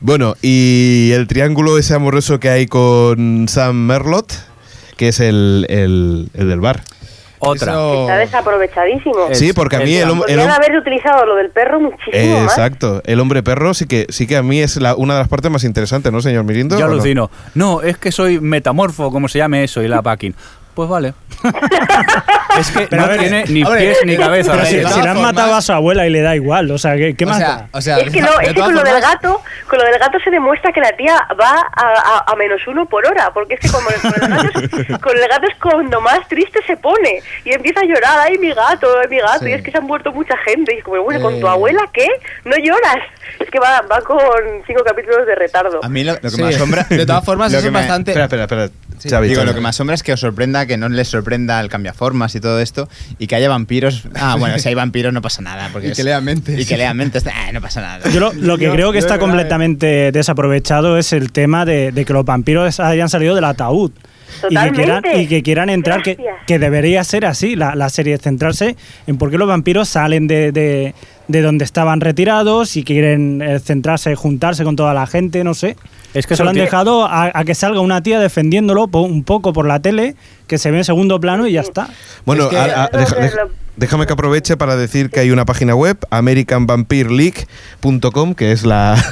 Speaker 2: Bueno, y el triángulo ese amoroso que hay con Sam Merlot, que es el, el- el del bar.
Speaker 4: Otra.
Speaker 6: Oh.
Speaker 3: Eso-
Speaker 11: Está desaprovechadísimo.
Speaker 4: El-
Speaker 2: sí, porque a mí el,
Speaker 4: el-
Speaker 2: hom- el
Speaker 11: Podrían
Speaker 2: hom-
Speaker 11: haber utilizado lo del perro muchísimo
Speaker 2: Eh,
Speaker 11: más.
Speaker 2: Exacto, el hombre perro sí que sí que a mí es la- una de las partes más interesantes, ¿no, señor Mirindo?
Speaker 4: Yo
Speaker 2: ¿O no?
Speaker 4: alucino. No? es que soy metamorfo, como se llame eso, y la packing. Pues
Speaker 6: (laughs)
Speaker 4: vale. es que
Speaker 6: Pero a
Speaker 4: no
Speaker 6: ver,
Speaker 4: tiene ni
Speaker 3: hombre,
Speaker 4: pies ni cabeza.
Speaker 3: pero
Speaker 4: ¿eh?
Speaker 6: si,
Speaker 3: de
Speaker 6: si
Speaker 3: todas
Speaker 6: le han
Speaker 3: formas-
Speaker 6: matado a su abuela y le da igual, o sea, ¿qué, qué más?
Speaker 3: o sea,
Speaker 6: da?
Speaker 3: o sea,
Speaker 11: es que no,
Speaker 3: de
Speaker 11: es que
Speaker 3: todas
Speaker 11: con lo del
Speaker 3: formas-
Speaker 11: gato, con lo del gato se demuestra que la tía va a, a- a menos uno por hora, porque es que como con el, gato
Speaker 6: (laughs)
Speaker 11: es, con el gato es cuando más triste se pone y empieza a llorar, ay mi gato, ay mi gato,
Speaker 7: Sí.
Speaker 11: y es que se han muerto mucha gente, y es como, bueno, con tu
Speaker 7: Eh.
Speaker 11: abuela, ¿qué? No lloras. Es que va, va con cinco capítulos de retardo.
Speaker 3: A mí lo, lo que me
Speaker 7: Sí.
Speaker 3: asombra. (laughs)
Speaker 7: De
Speaker 2: (laughs)
Speaker 7: todas formas,
Speaker 3: lo
Speaker 7: eso
Speaker 3: que
Speaker 7: es
Speaker 3: me-
Speaker 7: bastante...
Speaker 2: Espera, espera, espera.
Speaker 7: Sí.
Speaker 2: Xavi,
Speaker 3: Digo,
Speaker 2: Xavi.
Speaker 3: lo que me asombra es que os sorprenda, que no les sorprenda el cambiaformas y todo esto, y que haya vampiros. Ah, bueno, si hay vampiros no pasa nada. Porque
Speaker 7: (laughs) Y
Speaker 3: es-
Speaker 7: que lean mentes.
Speaker 3: Y que lean mentes. (laughs) Ah, no pasa nada.
Speaker 6: Yo lo, lo que
Speaker 7: Yo-
Speaker 6: creo que
Speaker 7: yo de
Speaker 6: está
Speaker 7: verdad, eh,
Speaker 6: completamente desaprovechado es el tema de, de que los vampiros hayan salido del ataúd. Y que,
Speaker 11: Totalmente.
Speaker 6: quieran, y que quieran entrar, que,
Speaker 11: Gracias.
Speaker 6: que debería ser así la, la serie, centrarse en por qué los vampiros salen de, de- de donde estaban retirados y quieren eh, centrarse, juntarse con toda la gente, no sé.
Speaker 4: Es que
Speaker 6: se lo han
Speaker 4: tiene-
Speaker 6: dejado a, a que salga una tía defendiéndolo po- un poco por la tele, que se ve en segundo plano y ya está.
Speaker 2: Bueno,
Speaker 7: Es que-
Speaker 2: a- a- deja- deja- déjame que aproveche para decir que hay una página web, AmericanVampirLeague.com, que es la, (laughs)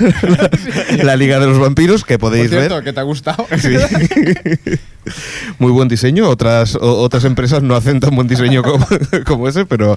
Speaker 2: la, la Liga de los Vampiros, que
Speaker 7: Por
Speaker 2: podéis
Speaker 7: cierto,
Speaker 2: ver.
Speaker 7: que te ha gustado.
Speaker 2: (laughs) Sí.
Speaker 7: (laughs)
Speaker 2: Muy buen diseño. Otras, o- otras empresas no hacen tan buen diseño como, (laughs) como ese, pero.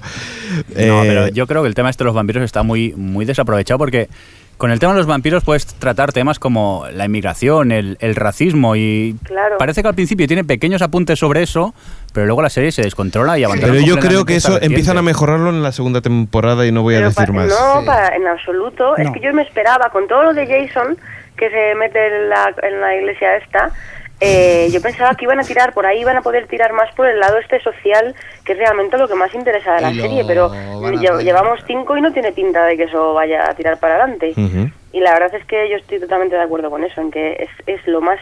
Speaker 2: eh,
Speaker 4: No, pero yo creo que el tema este de los vampiros está muy, muy desaprovechado porque con el tema de los vampiros puedes tratar temas como la inmigración, el, el racismo y
Speaker 11: Claro.
Speaker 4: parece que al principio tiene pequeños apuntes sobre eso, pero luego la serie se descontrola y abandona.
Speaker 2: Pero yo
Speaker 4: completamente
Speaker 2: creo que
Speaker 4: esta
Speaker 2: eso empiezan
Speaker 4: vertiente.
Speaker 2: a mejorarlo en la segunda temporada y no voy a
Speaker 11: Pero
Speaker 2: decir
Speaker 11: pa-
Speaker 2: más.
Speaker 11: No,
Speaker 7: Sí.
Speaker 11: para- en absoluto. Es
Speaker 6: No.
Speaker 11: que yo me esperaba, con todo lo de Jason, que se mete en la, en la iglesia esta, eh, yo pensaba que iban a tirar por ahí, iban a poder tirar más por el lado este social, que es realmente lo que más interesa de la
Speaker 7: Y lo
Speaker 11: serie, pero
Speaker 7: van a
Speaker 11: lle-
Speaker 7: traer.
Speaker 11: llevamos cinco y no tiene pinta de que eso vaya a tirar para adelante.
Speaker 2: Ujú.
Speaker 11: Y la verdad es que yo estoy totalmente de acuerdo con eso, en que es, es lo más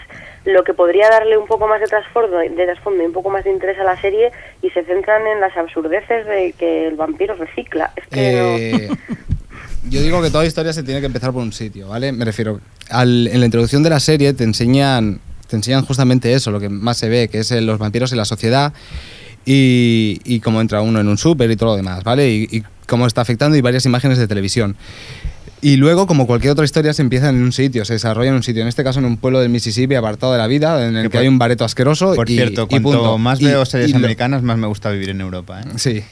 Speaker 11: lo que podría darle un poco más de trasfondo, de trasfondo y un poco más de interés a la serie y se centran en las absurdeces de que el vampiro recicla. Es que no-
Speaker 7: Eh, yo digo que toda historia se tiene que empezar por un sitio, ¿vale? Me refiero, al- en la introducción de la serie te enseñan, te enseñan justamente eso, lo que más se ve, que es eh, los vampiros y la sociedad y, y cómo entra uno en un súper y todo lo demás, ¿vale? Y, y cómo está afectando y varias imágenes de televisión. Y luego, como cualquier otra historia, se empieza en un sitio, se desarrolla en un sitio. En este caso, en un pueblo del Mississippi apartado de la vida, en el
Speaker 3: Que
Speaker 7: que,
Speaker 3: por-
Speaker 7: hay un bareto asqueroso.
Speaker 3: Por
Speaker 7: y-
Speaker 3: cierto,
Speaker 7: y
Speaker 3: cuanto
Speaker 7: punto.
Speaker 3: más
Speaker 7: Y-
Speaker 3: veo series
Speaker 7: y lo-
Speaker 3: americanas, más me gusta vivir en Europa. ¿eh?
Speaker 7: Sí.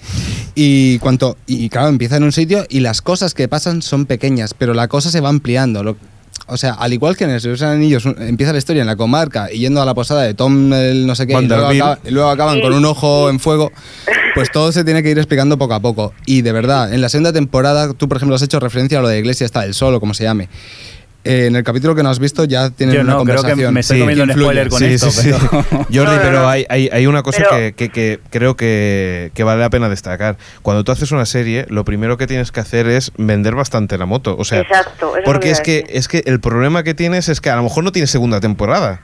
Speaker 7: Y cuanto y claro, empieza en un sitio y las cosas que pasan son pequeñas, pero la cosa se va ampliando. Lo- o sea, al igual que en el Señor de los Anillos un- empieza la historia en la comarca y yendo a la posada de Tom el no sé qué y luego,
Speaker 2: Vanderbilt.
Speaker 7: acaba- y luego acaban con un ojo en fuego, pues todo se tiene que ir explicando poco a poco. Y de verdad, en la segunda temporada, tú por ejemplo has hecho referencia a lo de Iglesia está el sol o como se llame. Eh, en el capítulo que no has visto ya tienen
Speaker 4: Yo
Speaker 7: una
Speaker 4: no, creo que
Speaker 7: conversación.
Speaker 4: me estoy comiendo un
Speaker 7: influye.
Speaker 4: spoiler con
Speaker 2: Sí,
Speaker 4: esto,
Speaker 2: sí, sí.
Speaker 4: pero-
Speaker 2: (laughs) Jordi,
Speaker 11: No, no,
Speaker 2: pero
Speaker 11: no.
Speaker 2: hay, hay, hay una cosa que,
Speaker 11: Pero-
Speaker 2: que- que creo que, que vale la pena destacar. Cuando tú haces una serie, lo primero que tienes que hacer es vender bastante la moto. O sea,
Speaker 11: Exacto, eso
Speaker 2: porque
Speaker 11: lo
Speaker 2: es
Speaker 11: que iba
Speaker 2: que,
Speaker 11: a decir.
Speaker 2: es que el problema que tienes es que a lo mejor no tienes segunda temporada.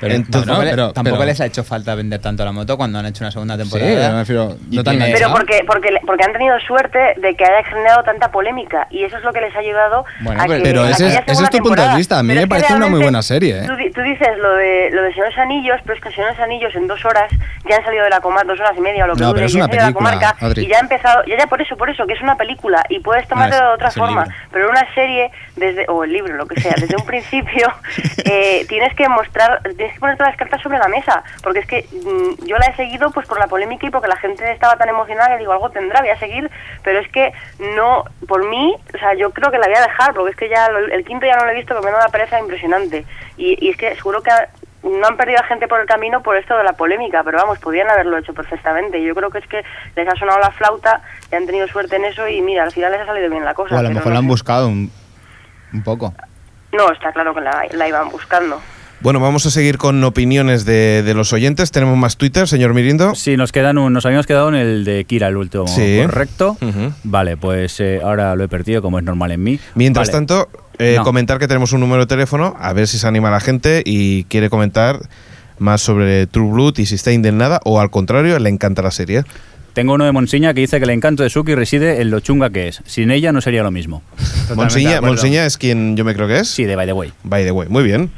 Speaker 3: Pero,
Speaker 2: Entonces-
Speaker 3: tampoco, le-
Speaker 7: pero-
Speaker 3: tampoco
Speaker 7: pero-
Speaker 3: les ha hecho falta vender tanto la moto cuando han hecho una segunda
Speaker 7: Sí,
Speaker 3: temporada.
Speaker 7: me refiero,
Speaker 3: Y
Speaker 7: no tan
Speaker 3: tiene-
Speaker 7: enganchado.
Speaker 11: Pero porque, porque, le- porque han tenido suerte de que haya generado tanta polémica y eso es lo que les ha ayudado
Speaker 3: Bueno,
Speaker 11: a
Speaker 3: pero-
Speaker 11: que
Speaker 7: pero
Speaker 11: a que
Speaker 7: ese es-
Speaker 11: haya
Speaker 7: ese es
Speaker 11: segunda
Speaker 7: tu punto de
Speaker 11: temporada.
Speaker 7: vista. A mí
Speaker 11: Pero
Speaker 7: me
Speaker 11: es que
Speaker 7: parece una muy
Speaker 11: realmente
Speaker 7: buena serie, ¿eh?
Speaker 11: Tú, di- tú dices lo de, lo de Señores Anillos, pero es que Señores Anillos en dos horas ya han salido de la comarca, dos horas y media o lo que
Speaker 7: No,
Speaker 11: dure,
Speaker 7: pero es
Speaker 11: ya
Speaker 7: una
Speaker 11: han salido de la
Speaker 7: película,
Speaker 11: comarca
Speaker 7: Adri.
Speaker 11: y ya ha empezado, ya, ya por eso, por eso, que es una película y puedes tomarlo
Speaker 3: es-
Speaker 11: de otra
Speaker 3: es un
Speaker 11: forma,
Speaker 3: libro.
Speaker 11: pero una serie, desde o el libro, lo que sea, desde
Speaker 3: (laughs)
Speaker 11: un principio eh, tienes que mostrar, tienes que poner todas las cartas sobre la mesa, porque es que mm, yo la he seguido pues por la polémica y porque la gente estaba tan emocionada que digo, algo tendrá, voy a seguir, pero es que no, por mí, o sea, yo creo que la voy a dejar, porque es que ya lo- el quinto ya no lo he visto, que me da una pereza impresionante, y, y es que seguro que ha- no han perdido a gente por el camino por esto de la polémica, pero vamos, podían haberlo hecho perfectamente. Yo creo que es que les ha sonado la flauta y han tenido suerte en eso y mira, al final les ha salido bien la cosa.
Speaker 3: o a lo
Speaker 11: pero
Speaker 3: mejor
Speaker 11: no
Speaker 3: lo han
Speaker 11: sé.
Speaker 3: buscado un, un poco.
Speaker 11: No, está claro que la, la iban buscando.
Speaker 2: Bueno, vamos a seguir con opiniones de, de los oyentes. Tenemos más Twitter, señor Mirindo.
Speaker 4: Sí, nos, quedan un- nos habíamos quedado en el de Kira, el último,
Speaker 2: Sí.
Speaker 4: ¿correcto?
Speaker 2: Ujú.
Speaker 4: Vale, pues eh, ahora lo he perdido, como es normal en mí.
Speaker 2: Mientras
Speaker 4: Vale.
Speaker 2: tanto, eh,
Speaker 4: No.
Speaker 2: comentar que tenemos un número de teléfono, a ver si se anima la gente y quiere comentar más sobre True Blood y si está indignada o al contrario, le encanta la serie.
Speaker 4: Tengo uno de Monsiña que dice que el encanto de Suki reside en lo chunga que es. Sin ella no sería
Speaker 2: (laughs)
Speaker 4: lo mismo.
Speaker 2: Monsiña,
Speaker 3: acuerdo.
Speaker 2: Monsiña es quien yo me creo que es.
Speaker 4: Sí, de by the way.
Speaker 2: By the way, muy bien.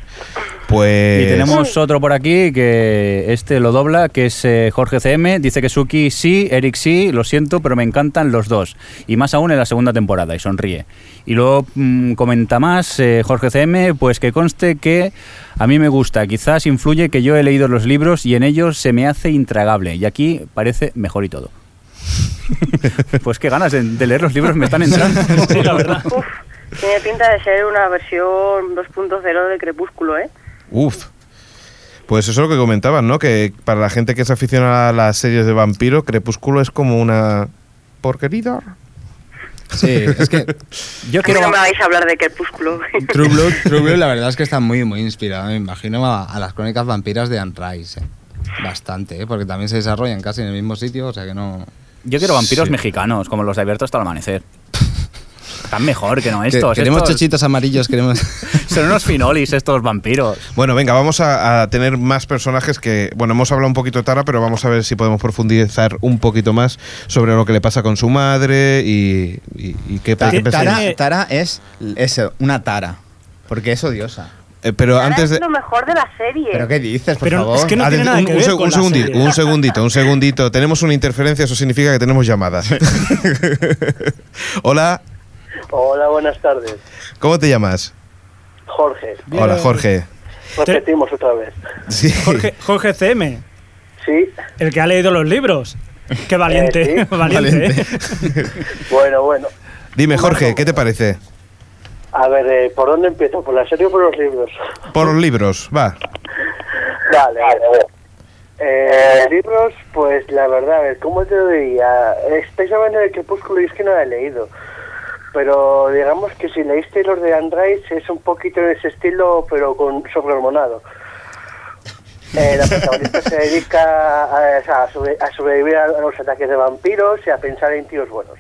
Speaker 2: Pues.
Speaker 4: Y tenemos otro por aquí que este lo dobla, que es eh, Jorge CM. Dice que Suki sí, Eric sí, lo siento, pero me encantan los dos. Y más aún en la segunda temporada, y sonríe. Y luego mm, comenta más eh, Jorge CM, pues que conste que a mí me gusta. Quizás influye que yo he leído los libros y en ellos se me hace intragable. Y aquí parece mejor y todo. pues qué ganas de, de leer los libros me están entrando. Sí, la verdad.
Speaker 11: Uf, tiene pinta de ser una versión 2.0 de Crepúsculo, ¿eh?
Speaker 2: Uf. Pues eso es lo que comentabas, ¿no? Que para la gente que es aficionada a las series de vampiro, Crepúsculo es como una. porquería.
Speaker 7: Sí, es que
Speaker 4: Yo
Speaker 11: A mí
Speaker 4: quiero...
Speaker 11: no me vais a hablar de Crepúsculo.
Speaker 7: True Blood, True Blood, la verdad es que está muy, muy inspirado, me imagino, a, a las crónicas vampiras de Anne Rice. eh. Bastante, eh, porque también se desarrollan casi en el mismo sitio, o sea que no...
Speaker 4: Yo quiero vampiros
Speaker 2: Sí.
Speaker 4: mexicanos, como los de Alberto hasta el (laughs) amanecer. Están mejor que no estos.
Speaker 7: Que- queremos
Speaker 4: estos
Speaker 7: chochitos amarillos, queremos...
Speaker 4: Son unos finolis estos vampiros.
Speaker 2: Bueno, venga, vamos a, a tener más personajes que. Bueno, hemos hablado un poquito de Tara, pero vamos a ver si podemos profundizar un poquito más sobre lo que le pasa con su madre y, y- y qué
Speaker 3: Ta-
Speaker 2: qué
Speaker 3: (laughs) tara,
Speaker 2: personaje.
Speaker 3: tara es eso, una tara. Porque es odiosa.
Speaker 2: Eh, Pero
Speaker 11: Ahora
Speaker 2: antes
Speaker 11: es
Speaker 2: de.
Speaker 11: lo mejor de la serie.
Speaker 3: ¿Pero qué dices, por
Speaker 6: Pero
Speaker 3: favor?
Speaker 6: es que no
Speaker 2: Atención,
Speaker 6: tiene nada
Speaker 2: un,
Speaker 6: que
Speaker 2: un
Speaker 6: ver
Speaker 2: seg-
Speaker 6: con
Speaker 2: un
Speaker 6: la
Speaker 2: segundito,
Speaker 6: serie.
Speaker 2: un segundito, un segundito. Tenemos una interferencia, eso significa que tenemos llamada. (laughs) Hola,
Speaker 5: Hola, buenas tardes.
Speaker 2: ¿cómo te llamas?
Speaker 5: Jorge,
Speaker 2: Hola, Jorge.
Speaker 5: repetimos otra vez.
Speaker 2: Sí.
Speaker 6: Jorge, Jorge CM,
Speaker 5: Sí,
Speaker 6: el que ha leído los libros. Qué valiente,
Speaker 5: (laughs) Eh, sí.
Speaker 6: (laughs) valiente.
Speaker 5: bueno, bueno.
Speaker 2: (laughs) Dime, Jorge, ¿qué te parece?
Speaker 5: A ver, eh, ¿por dónde empiezo? ¿Por la serie o por los libros?
Speaker 2: Por los libros, va.
Speaker 5: Vale, vale. Eh, libros, pues la verdad, a ver, ¿cómo te lo diría? Estáis hablando de Crepúsculo y es que no la he leído. Pero digamos que si leíste los de Andrés es un poquito de ese estilo, pero con sobrehormonado. Eh, la protagonista se dedica a, o sea, a sobre- a sobrevivir a los ataques de vampiros y a pensar en tíos buenos.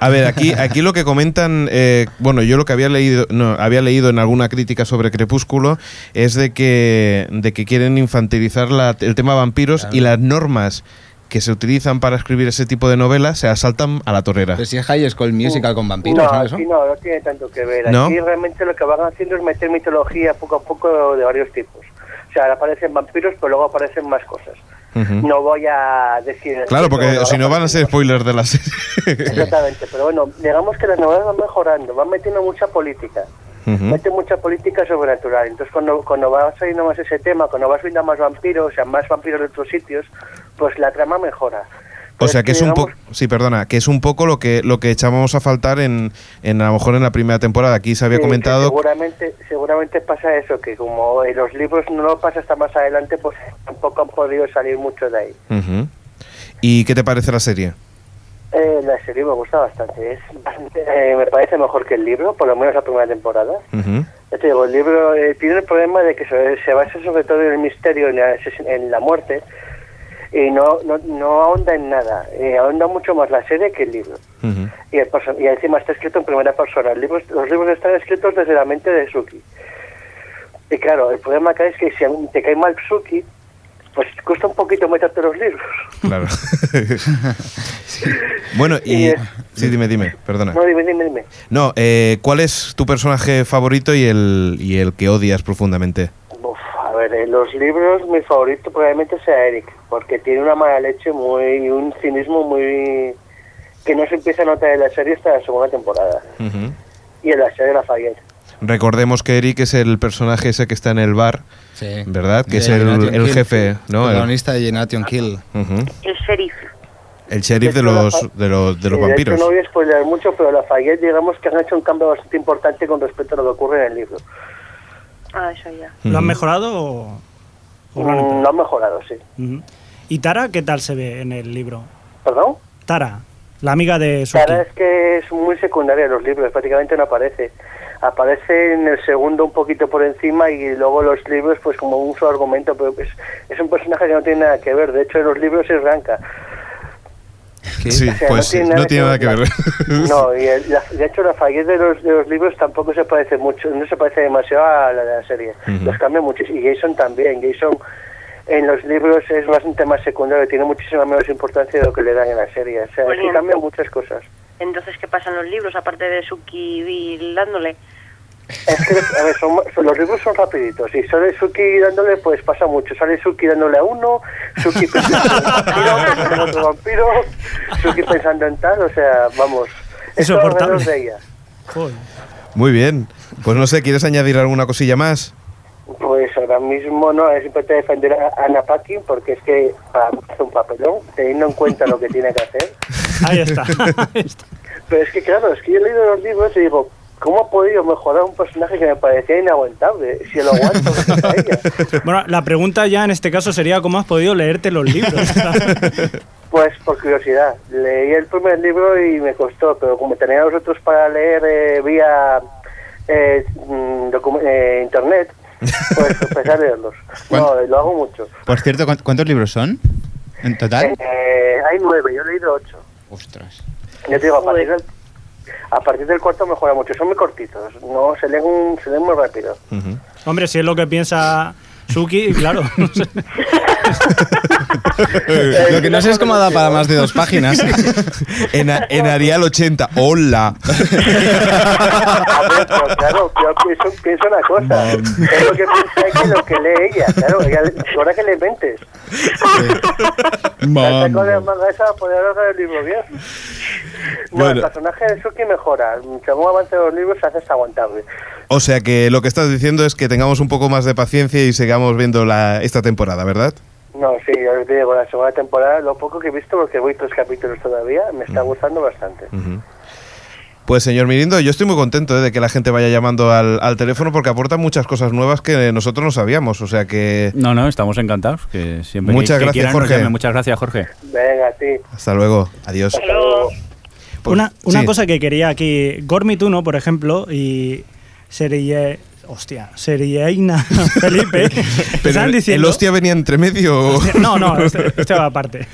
Speaker 2: A ver, aquí, aquí lo que comentan, eh, bueno, yo lo que había leído, no, había leído en alguna crítica sobre Crepúsculo es de que, de que quieren infantilizar la- el tema vampiros y las normas que se utilizan para escribir ese tipo de novelas se asaltan a la torera.
Speaker 7: Pero si es High School Musical con vampiros,
Speaker 5: No,
Speaker 7: ¿no? Eso.
Speaker 5: aquí no, no tiene tanto que ver.
Speaker 2: ¿No?
Speaker 5: Aquí realmente lo que van haciendo es meter mitología poco a poco de varios tipos. O sea, aparecen vampiros, pero luego aparecen más cosas.
Speaker 2: Ujú.
Speaker 5: No voy a decir... el
Speaker 2: Claro,
Speaker 5: título,
Speaker 2: porque
Speaker 5: ahora
Speaker 2: si no van a ser
Speaker 5: para-
Speaker 2: spoilers de la serie.
Speaker 5: (laughs) Exactamente, pero bueno, digamos que las novelas van mejorando, van metiendo mucha política.
Speaker 2: Ujú.
Speaker 5: Mete mucha política sobrenatural. Entonces, cuando, cuando va saliendo más ese tema, cuando vas viendo a más vampiros, a más vampiros de otros sitios, pues la trama mejora.
Speaker 2: O
Speaker 5: Pero
Speaker 2: sea que es un poco,
Speaker 5: digamos-
Speaker 2: sí, perdona, que es un poco lo que lo que echábamos a faltar en, en a lo mejor en la primera temporada. Aquí se había
Speaker 5: Sí, que
Speaker 2: comentado
Speaker 5: seguramente, seguramente pasa eso, que como en los libros no lo pasa hasta más adelante, pues tampoco han podido salir mucho de ahí.
Speaker 2: Ujú. ¿Y qué te parece la serie?
Speaker 5: Eh, la serie me gusta bastante. Es bastante- eh, me parece mejor que el libro, por lo menos la primera temporada.
Speaker 2: Ujú.
Speaker 5: Ya te digo, el libro eh, tiene el problema de que se, se basa sobre todo en el misterio, en la, ases- en la muerte, y no, no, no ahonda en nada. Eh, ahonda mucho más la serie que el libro.
Speaker 2: Ujú.
Speaker 5: Y, el perso- y encima está escrito en primera persona. El libro- los libros están escritos desde la mente de Suki. Y claro, el problema acá es que si aún te cae mal Suki, pues cuesta un poquito meterte los libros. (laughs)
Speaker 2: Claro. Bueno,
Speaker 5: Y
Speaker 2: y
Speaker 5: es-
Speaker 2: sí, dime, dime, perdona.
Speaker 5: No, dime, dime, dime.
Speaker 2: No, eh, ¿cuál es tu personaje favorito y el y el que odias profundamente?
Speaker 5: Uf, a ver, en los libros mi favorito probablemente sea Eric, porque tiene una mala leche muy, y un cinismo muy que no se empieza a notar en la serie hasta la segunda temporada
Speaker 2: Ujú.
Speaker 5: y en la serie Lafayette.
Speaker 2: Recordemos que Eric es el personaje ese que está en el bar,
Speaker 7: Sí.
Speaker 2: ¿verdad? Que
Speaker 7: De
Speaker 2: es el,
Speaker 7: Generation
Speaker 2: el
Speaker 7: Kill.
Speaker 2: jefe, ¿no? El,
Speaker 7: Protagonista de Generation Kill.
Speaker 2: ujú.
Speaker 11: El sheriff.
Speaker 2: El sheriff de
Speaker 5: hecho, la
Speaker 2: los
Speaker 5: fa-
Speaker 2: de los, de los
Speaker 5: Y de hecho,
Speaker 2: vampiros.
Speaker 5: no voy a spoiler mucho, pero Lafayette digamos que han hecho un cambio bastante importante con respecto a lo que ocurre en el libro.
Speaker 11: Ah, eso ya.
Speaker 6: ¿Lo
Speaker 2: Ujú.
Speaker 6: han mejorado o, o lo han
Speaker 5: Mm,
Speaker 6: empeorado?
Speaker 5: lo han mejorado, sí.
Speaker 6: Ujú. ¿Y Tara qué tal se ve en el libro?
Speaker 5: ¿Perdón?
Speaker 6: Tara, la amiga de Suki.
Speaker 5: Claro, es que es muy secundaria en los libros, prácticamente no aparece. Aparece en el segundo un poquito por encima y luego los libros pues como un solo argumento, pero es, es un personaje que no tiene nada que ver, de hecho en los libros es ranca.
Speaker 2: (laughs) Sí,
Speaker 5: O sea,
Speaker 2: pues no tiene nada que ver. (laughs)
Speaker 5: No, y el- la- de hecho la fallez de los, de los libros tampoco se parece mucho, no se parece demasiado a la de la serie.
Speaker 2: Ujú.
Speaker 5: Los cambia muchísimo. Y Jason también, Jason en los libros es bastante más secundario, tiene muchísima menos importancia de lo que le dan en la serie. O sea,
Speaker 11: Por
Speaker 5: sí
Speaker 11: ejemplo.
Speaker 5: cambian muchas cosas.
Speaker 11: (laughs) Entonces, ¿qué pasa en los libros? Aparte de Suki vigilándole.
Speaker 5: Es que, a ver, son- son- los libros son rapiditos. Si sale Suki dándole, pues pasa mucho. Sale Suki dándole a uno,
Speaker 2: (laughs)
Speaker 5: Suki pensando en vampiro, pensando en otro vampiro, Suki pensando en tal, o sea, vamos. Es todo
Speaker 6: Insoportable.
Speaker 5: alrededor de ella.
Speaker 6: Joder.
Speaker 2: Muy bien. Pues no sé, ¿quieres añadir alguna cosilla más?
Speaker 5: Pues ahora mismo no, es importante defender a Ana Paquin porque es que para mí hace un papelón, teniendo en cuenta lo que tiene que hacer.
Speaker 6: Ahí
Speaker 5: (laughs)
Speaker 6: está. Ahí está.
Speaker 5: Pero es que claro, es que yo he leído los libros y digo, ¿cómo ha podido mejorar un personaje que me parecía inaguantable? Si lo aguanto, gracias a ella.
Speaker 6: Bueno, la pregunta ya en este caso sería cómo has podido leerte los libros.
Speaker 2: (laughs)
Speaker 5: Pues por curiosidad, leí el primer libro y me costó, pero como tenía los otros para leer eh, vía eh, mm, docu- eh, internet, pues empecé a leerlos. No,
Speaker 3: ¿Cuán-
Speaker 5: lo hago mucho.
Speaker 3: Por cierto, ¿cuán- ¿cuántos libros son en total?
Speaker 5: Eh, hay nueve, yo he leído ocho.
Speaker 3: Ostras.
Speaker 5: Yo te digo, a partir,
Speaker 11: Joder.
Speaker 5: del, a partir del cuarto mejora mucho, son muy cortitos, no se leen, un- se leen muy rápido.
Speaker 2: Ujú.
Speaker 6: Hombre, si es lo que piensa Suki, claro. no sé.
Speaker 3: Eh,
Speaker 7: Lo que no sé es cómo da para más de
Speaker 5: (laughs)
Speaker 7: dos páginas.
Speaker 2: En, a- en Arial 80. ¡Hola!
Speaker 5: A ver, pero claro, yo pienso, pienso una cosa, es lo que piensa que lo que lee ella, claro, ella, ahora que le inventes. La saco de la manga esa para poder hablar del libro bien. No,
Speaker 2: Bueno.
Speaker 5: el personaje de Suki mejora. Según avance los libros se hace hasta aguantable.
Speaker 2: O sea que lo que estás diciendo es que tengamos un poco más de paciencia y sigamos viendo la, esta temporada, ¿verdad?
Speaker 5: No, sí, yo te digo, la segunda temporada, lo poco que he visto, porque voy tres capítulos todavía, me
Speaker 2: Mm.
Speaker 5: está gustando bastante.
Speaker 2: Ujú. Pues señor Mirindo, yo estoy muy contento eh, de que la gente vaya llamando al, al teléfono porque aporta muchas cosas nuevas que nosotros no sabíamos. O sea que
Speaker 4: No, no, estamos encantados. Que siempre
Speaker 2: Muchas
Speaker 4: que- que
Speaker 2: gracias,
Speaker 4: quieran nos
Speaker 2: Jorge.
Speaker 4: llamen. Muchas gracias, Jorge.
Speaker 5: Venga, a ti.
Speaker 2: hasta luego. Adiós.
Speaker 11: Hasta luego.
Speaker 2: (laughs) Pues,
Speaker 6: una una
Speaker 2: sí.
Speaker 6: cosa que quería aquí, Gormit 1, por ejemplo, y sería... Hostia, Serieina (laughs) Felipe.
Speaker 2: (laughs) Pero
Speaker 6: estaban
Speaker 2: el,
Speaker 6: diciendo-
Speaker 2: el hostia venía entre medio.
Speaker 6: Hostia, (laughs) No, no,
Speaker 2: (laughs)
Speaker 6: este, este va aparte.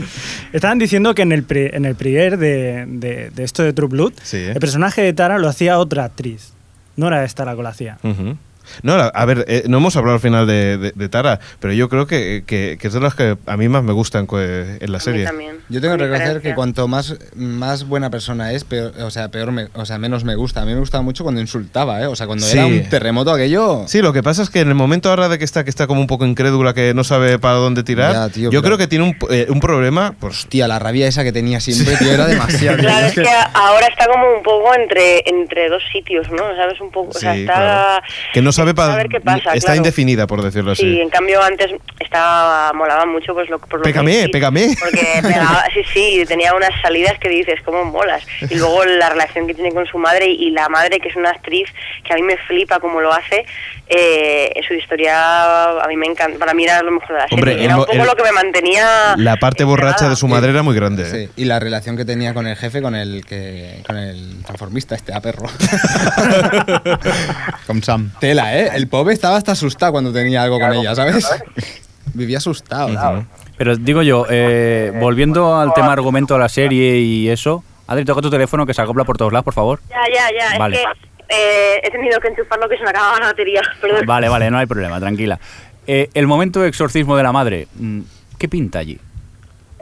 Speaker 6: Estaban diciendo que en el, pri- en el prier de, de- de esto de True Blood,
Speaker 2: Sí, ¿eh?
Speaker 6: el personaje de Tara lo hacía otra actriz. No era esta la que lo hacía.
Speaker 2: Ujú. No, la- a ver, eh, no hemos hablado al final de, de- de Tara, pero yo creo que, que- que es de las que a mí más me gustan co- eh, en la
Speaker 7: A mí
Speaker 2: serie.
Speaker 7: también.
Speaker 3: Yo tengo que
Speaker 7: Con
Speaker 3: reconocer
Speaker 7: diferencia.
Speaker 3: que cuanto más, más buena persona es, peor- o sea, peor me- o sea, menos me gusta. A mí me gustaba mucho cuando insultaba, ¿eh? O sea, cuando era
Speaker 2: Sí.
Speaker 3: un terremoto aquello.
Speaker 2: Sí, lo que pasa es que en el momento ahora de que está, que está como un poco incrédula, que no sabe para dónde tirar,
Speaker 3: Ya, tío,
Speaker 2: yo
Speaker 3: pero-
Speaker 2: creo que tiene un, eh, un problema. Pues,
Speaker 3: Tía, la rabia esa que tenía siempre, tío, era demasiado.
Speaker 7: (laughs) Claro, es que ahora está como un poco entre entre dos sitios, ¿no? ¿Sabes? Un poco, o sea,
Speaker 2: sí,
Speaker 7: está...
Speaker 2: claro. Que no sabe para.
Speaker 7: saber qué pasa,
Speaker 2: Está
Speaker 7: claro.
Speaker 2: indefinida, por decirlo así.
Speaker 7: Sí, en cambio antes estaba molaba mucho pues lo por lo
Speaker 2: Pégame,
Speaker 7: que sí,
Speaker 2: pégame.
Speaker 7: Porque
Speaker 2: (laughs)
Speaker 7: pegaba, sí, sí, tenía unas salidas que dices cómo molas. Y luego la relación que tiene con su madre y la madre que es una actriz que a mí me flipa cómo lo hace. eh, su historia a mí me encanta, para mí era lo mejor de la serie.
Speaker 2: Hombre, el
Speaker 7: era un
Speaker 2: mo-
Speaker 7: poco
Speaker 2: el-
Speaker 7: lo que me mantenía
Speaker 2: La parte borracha
Speaker 7: enterrada.
Speaker 2: de su madre era muy grande. ¿eh?
Speaker 3: Sí, y la relación que tenía con el jefe, con el que con el transformista, este a
Speaker 7: (laughs)
Speaker 3: perro.
Speaker 12: Con Sam.
Speaker 3: Tela, ¿eh? El pobre estaba hasta asustado cuando tenía algo con
Speaker 5: Claro,
Speaker 3: ella, ¿sabes?
Speaker 5: claro.
Speaker 3: Vivía asustado.
Speaker 5: Claro.
Speaker 4: Pero digo yo, eh, volviendo al tema argumento de la serie y eso, Adri, toca tu teléfono que se acopla por todos lados, por favor.
Speaker 7: Ya, ya, ya,
Speaker 4: Vale.
Speaker 7: es que eh, he tenido que enchufar lo que se me acababa la batería, perdón.
Speaker 4: Vale, vale, no hay problema, tranquila. Eh, el momento de exorcismo de la madre, mm, ¿qué pinta allí?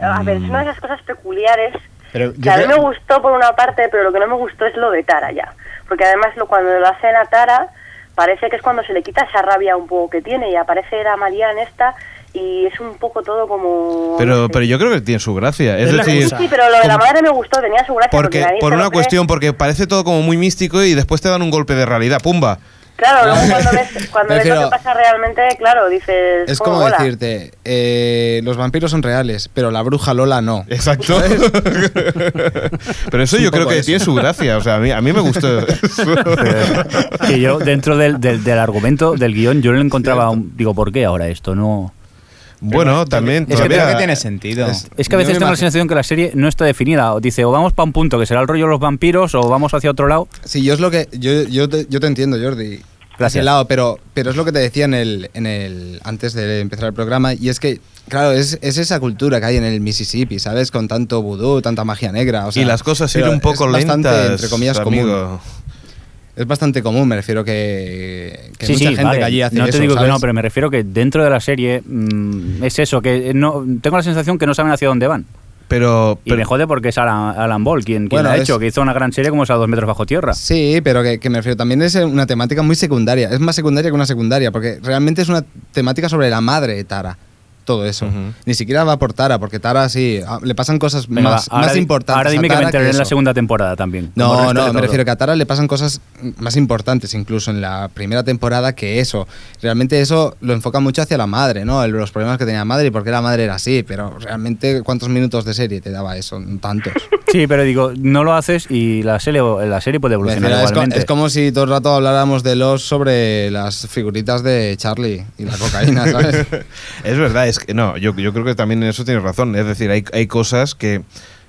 Speaker 7: A ver, es una de Ah, esas cosas peculiares
Speaker 12: Mm. Pero yo
Speaker 7: que a mí
Speaker 12: creo-
Speaker 7: me gustó por una parte, pero lo que no me gustó es lo de Tara ya. Porque además lo, cuando lo hacen a Tara, parece que es cuando se le quita esa rabia un poco que tiene y aparece la María en esta y es un poco todo como... no
Speaker 2: Pero,
Speaker 7: sé.
Speaker 2: pero yo creo que tiene su gracia. Es,
Speaker 6: Es la
Speaker 2: decir,
Speaker 6: cosa.
Speaker 7: Sí, pero lo de la
Speaker 2: como-
Speaker 7: madre me gustó, tenía su gracia.
Speaker 2: porque,
Speaker 7: nadie
Speaker 2: por
Speaker 7: se lo
Speaker 2: una
Speaker 7: cree.
Speaker 2: cuestión, porque parece todo como muy místico y después te dan un golpe de realidad. ¡Pumba!
Speaker 7: Claro, luego cuando ves, cuando
Speaker 3: Me
Speaker 7: ves lo que
Speaker 3: refiero-
Speaker 7: pasa realmente, claro, dices...
Speaker 3: Es
Speaker 7: "Joder,
Speaker 3: como
Speaker 7: mola".
Speaker 3: decirte, eh, los vampiros son reales, pero la bruja Lola no.
Speaker 2: Exacto. pero eso
Speaker 3: Un
Speaker 2: yo creo
Speaker 3: poco
Speaker 2: que
Speaker 3: eso.
Speaker 2: tiene su gracia. O sea, a mí, a mí me gustó.
Speaker 3: (laughs)
Speaker 2: eso.
Speaker 4: que yo dentro del, del- del argumento del guión yo no le encontraba un- digo por qué ahora esto no
Speaker 2: bueno, también.
Speaker 12: Es que creo
Speaker 2: todavía-
Speaker 12: que tiene sentido.
Speaker 3: Es-
Speaker 4: es que
Speaker 3: Yo
Speaker 4: a veces
Speaker 3: me
Speaker 4: tengo la
Speaker 3: imag-
Speaker 4: sensación que la serie no está definida O dice o vamos para un punto que será el rollo de los vampiros o vamos hacia otro lado
Speaker 3: Sí, yo es lo que. Yo, yo, te, yo te entiendo, Jordi.
Speaker 4: Gracias.
Speaker 3: Hacia el lado, pero, pero es lo que te decía en el, en el, antes de empezar el programa, y es que, claro, es, es esa cultura que hay en el Mississippi, ¿sabes? Con tanto vudú, tanta magia negra. o sea,
Speaker 2: y las cosas ir
Speaker 3: pero
Speaker 2: un poco
Speaker 3: es bastante,
Speaker 2: lentas.
Speaker 3: entre comillas, común.
Speaker 2: amigo.
Speaker 3: Es bastante común, me refiero que, que mucha gente
Speaker 4: vale.
Speaker 3: que allí hace
Speaker 4: no
Speaker 3: eso,
Speaker 4: te digo
Speaker 3: ¿sabes?
Speaker 4: que no pero me refiero que dentro de la serie mm, es eso que no tengo la sensación que no saben hacia dónde van
Speaker 2: Pero,
Speaker 4: y
Speaker 2: pero-
Speaker 4: me jode porque es Alan, Alan Ball quien, quien
Speaker 3: Bueno,
Speaker 4: la ha
Speaker 3: es-
Speaker 4: hecho que hizo una gran serie como esa dos metros bajo tierra
Speaker 3: Sí, pero que, que me refiero, también es una temática muy secundaria. Es más secundaria que una secundaria, porque realmente es una temática sobre la madre de Tara. Todo eso.
Speaker 2: Ujú.
Speaker 3: Ni siquiera va por Tara, porque Tara sí, a- le pasan cosas
Speaker 4: Venga,
Speaker 3: más,
Speaker 4: va, ahora
Speaker 3: más
Speaker 4: di-
Speaker 3: importantes.
Speaker 4: ahora
Speaker 3: a
Speaker 4: dime que me
Speaker 3: Tara
Speaker 4: enteraré en la
Speaker 3: eso.
Speaker 4: segunda temporada también como
Speaker 3: No,
Speaker 4: el resto de
Speaker 3: no, me
Speaker 4: todo.
Speaker 3: refiero que a Tara le pasan cosas más importantes, incluso en la primera temporada, que eso. Realmente eso lo enfoca mucho hacia la madre, ¿no? El- Los problemas que tenía la madre y por qué la madre era así, pero realmente, ¿cuántos minutos de serie te daba eso? No
Speaker 4: (laughs)
Speaker 3: Tantos.
Speaker 4: Sí, pero digo, no lo haces y la serie, la serie
Speaker 3: Me
Speaker 4: puede evolucionar
Speaker 3: refiero, es, co-
Speaker 4: igualmente.
Speaker 3: es como si todo el rato habláramos de los sobre las figuritas de Charlie y la cocaína,
Speaker 4: (laughs)
Speaker 3: ¿sabes?
Speaker 2: Es verdad, es que no, yo, yo creo que también en eso tienes razón. Es decir, hay, hay cosas que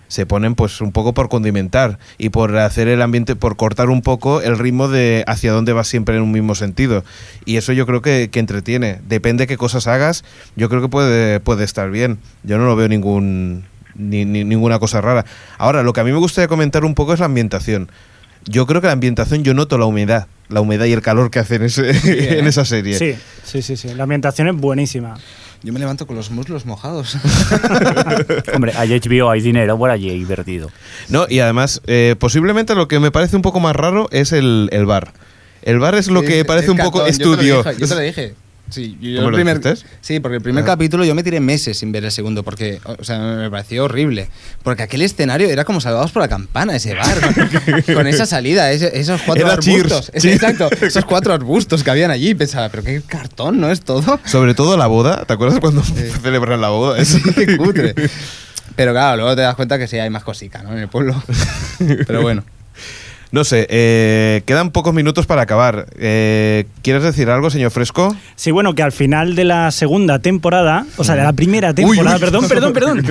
Speaker 2: se ponen pues un poco por condimentar y por hacer el ambiente, por cortar un poco el ritmo de hacia dónde vas siempre en un mismo sentido. Y eso yo creo que, que entretiene. Depende qué cosas hagas, yo creo que puede, puede estar bien. Yo no lo veo ningún, ni- ni- ninguna cosa rara. Ahora, lo que a mí me gustaría comentar un poco es la ambientación. Yo creo que la ambientación, yo noto la humedad, la humedad y el calor que hace en, ese- (laughs) en esa serie.
Speaker 6: Sí, sí, sí, sí. La ambientación es buenísima.
Speaker 3: Yo me levanto con los muslos mojados.
Speaker 4: Hombre, hay HBO, hay dinero por allí invertido.
Speaker 2: No, y además, eh, posiblemente lo que me parece un poco más raro es el, el bar. El bar es lo que parece un poco estudio.
Speaker 3: Yo te lo dije. yo te lo dije. Sí, yo- yo
Speaker 2: ¿Cómo
Speaker 3: el
Speaker 2: lo
Speaker 3: primer-
Speaker 2: dijiste?
Speaker 3: sí, porque el primer
Speaker 2: Ah.
Speaker 3: capítulo yo me tiré meses sin ver el segundo, porque o sea, me pareció horrible. Porque aquel escenario era como salvados por la campana, ese bar,
Speaker 2: (laughs)
Speaker 3: con, con esa salida, ese- esos cuatro
Speaker 2: Era
Speaker 3: arbustos.
Speaker 2: Cheers.
Speaker 3: Ese-
Speaker 2: Sí.
Speaker 3: Exacto, esos cuatro arbustos que habían allí. Pensaba, pero qué cartón, ¿no es todo?
Speaker 2: (laughs)
Speaker 3: (laughs)
Speaker 2: Sobre todo la boda. ¿Te acuerdas cuando (laughs) celebran la boda?
Speaker 3: Sí, qué cutre. Pero claro, luego te das cuenta que sí hay más cosica, ¿no? En
Speaker 2: (laughs)
Speaker 3: el pueblo. Pero bueno.
Speaker 2: (laughs) No sé, eh, quedan pocos minutos para acabar. Eh, ¿Quieres decir algo, señor Fresco?
Speaker 6: Sí, bueno, que al final de la segunda temporada, o sea, de la primera temporada,
Speaker 2: uy.
Speaker 6: perdón,
Speaker 2: (laughs)
Speaker 6: perdón, perdón,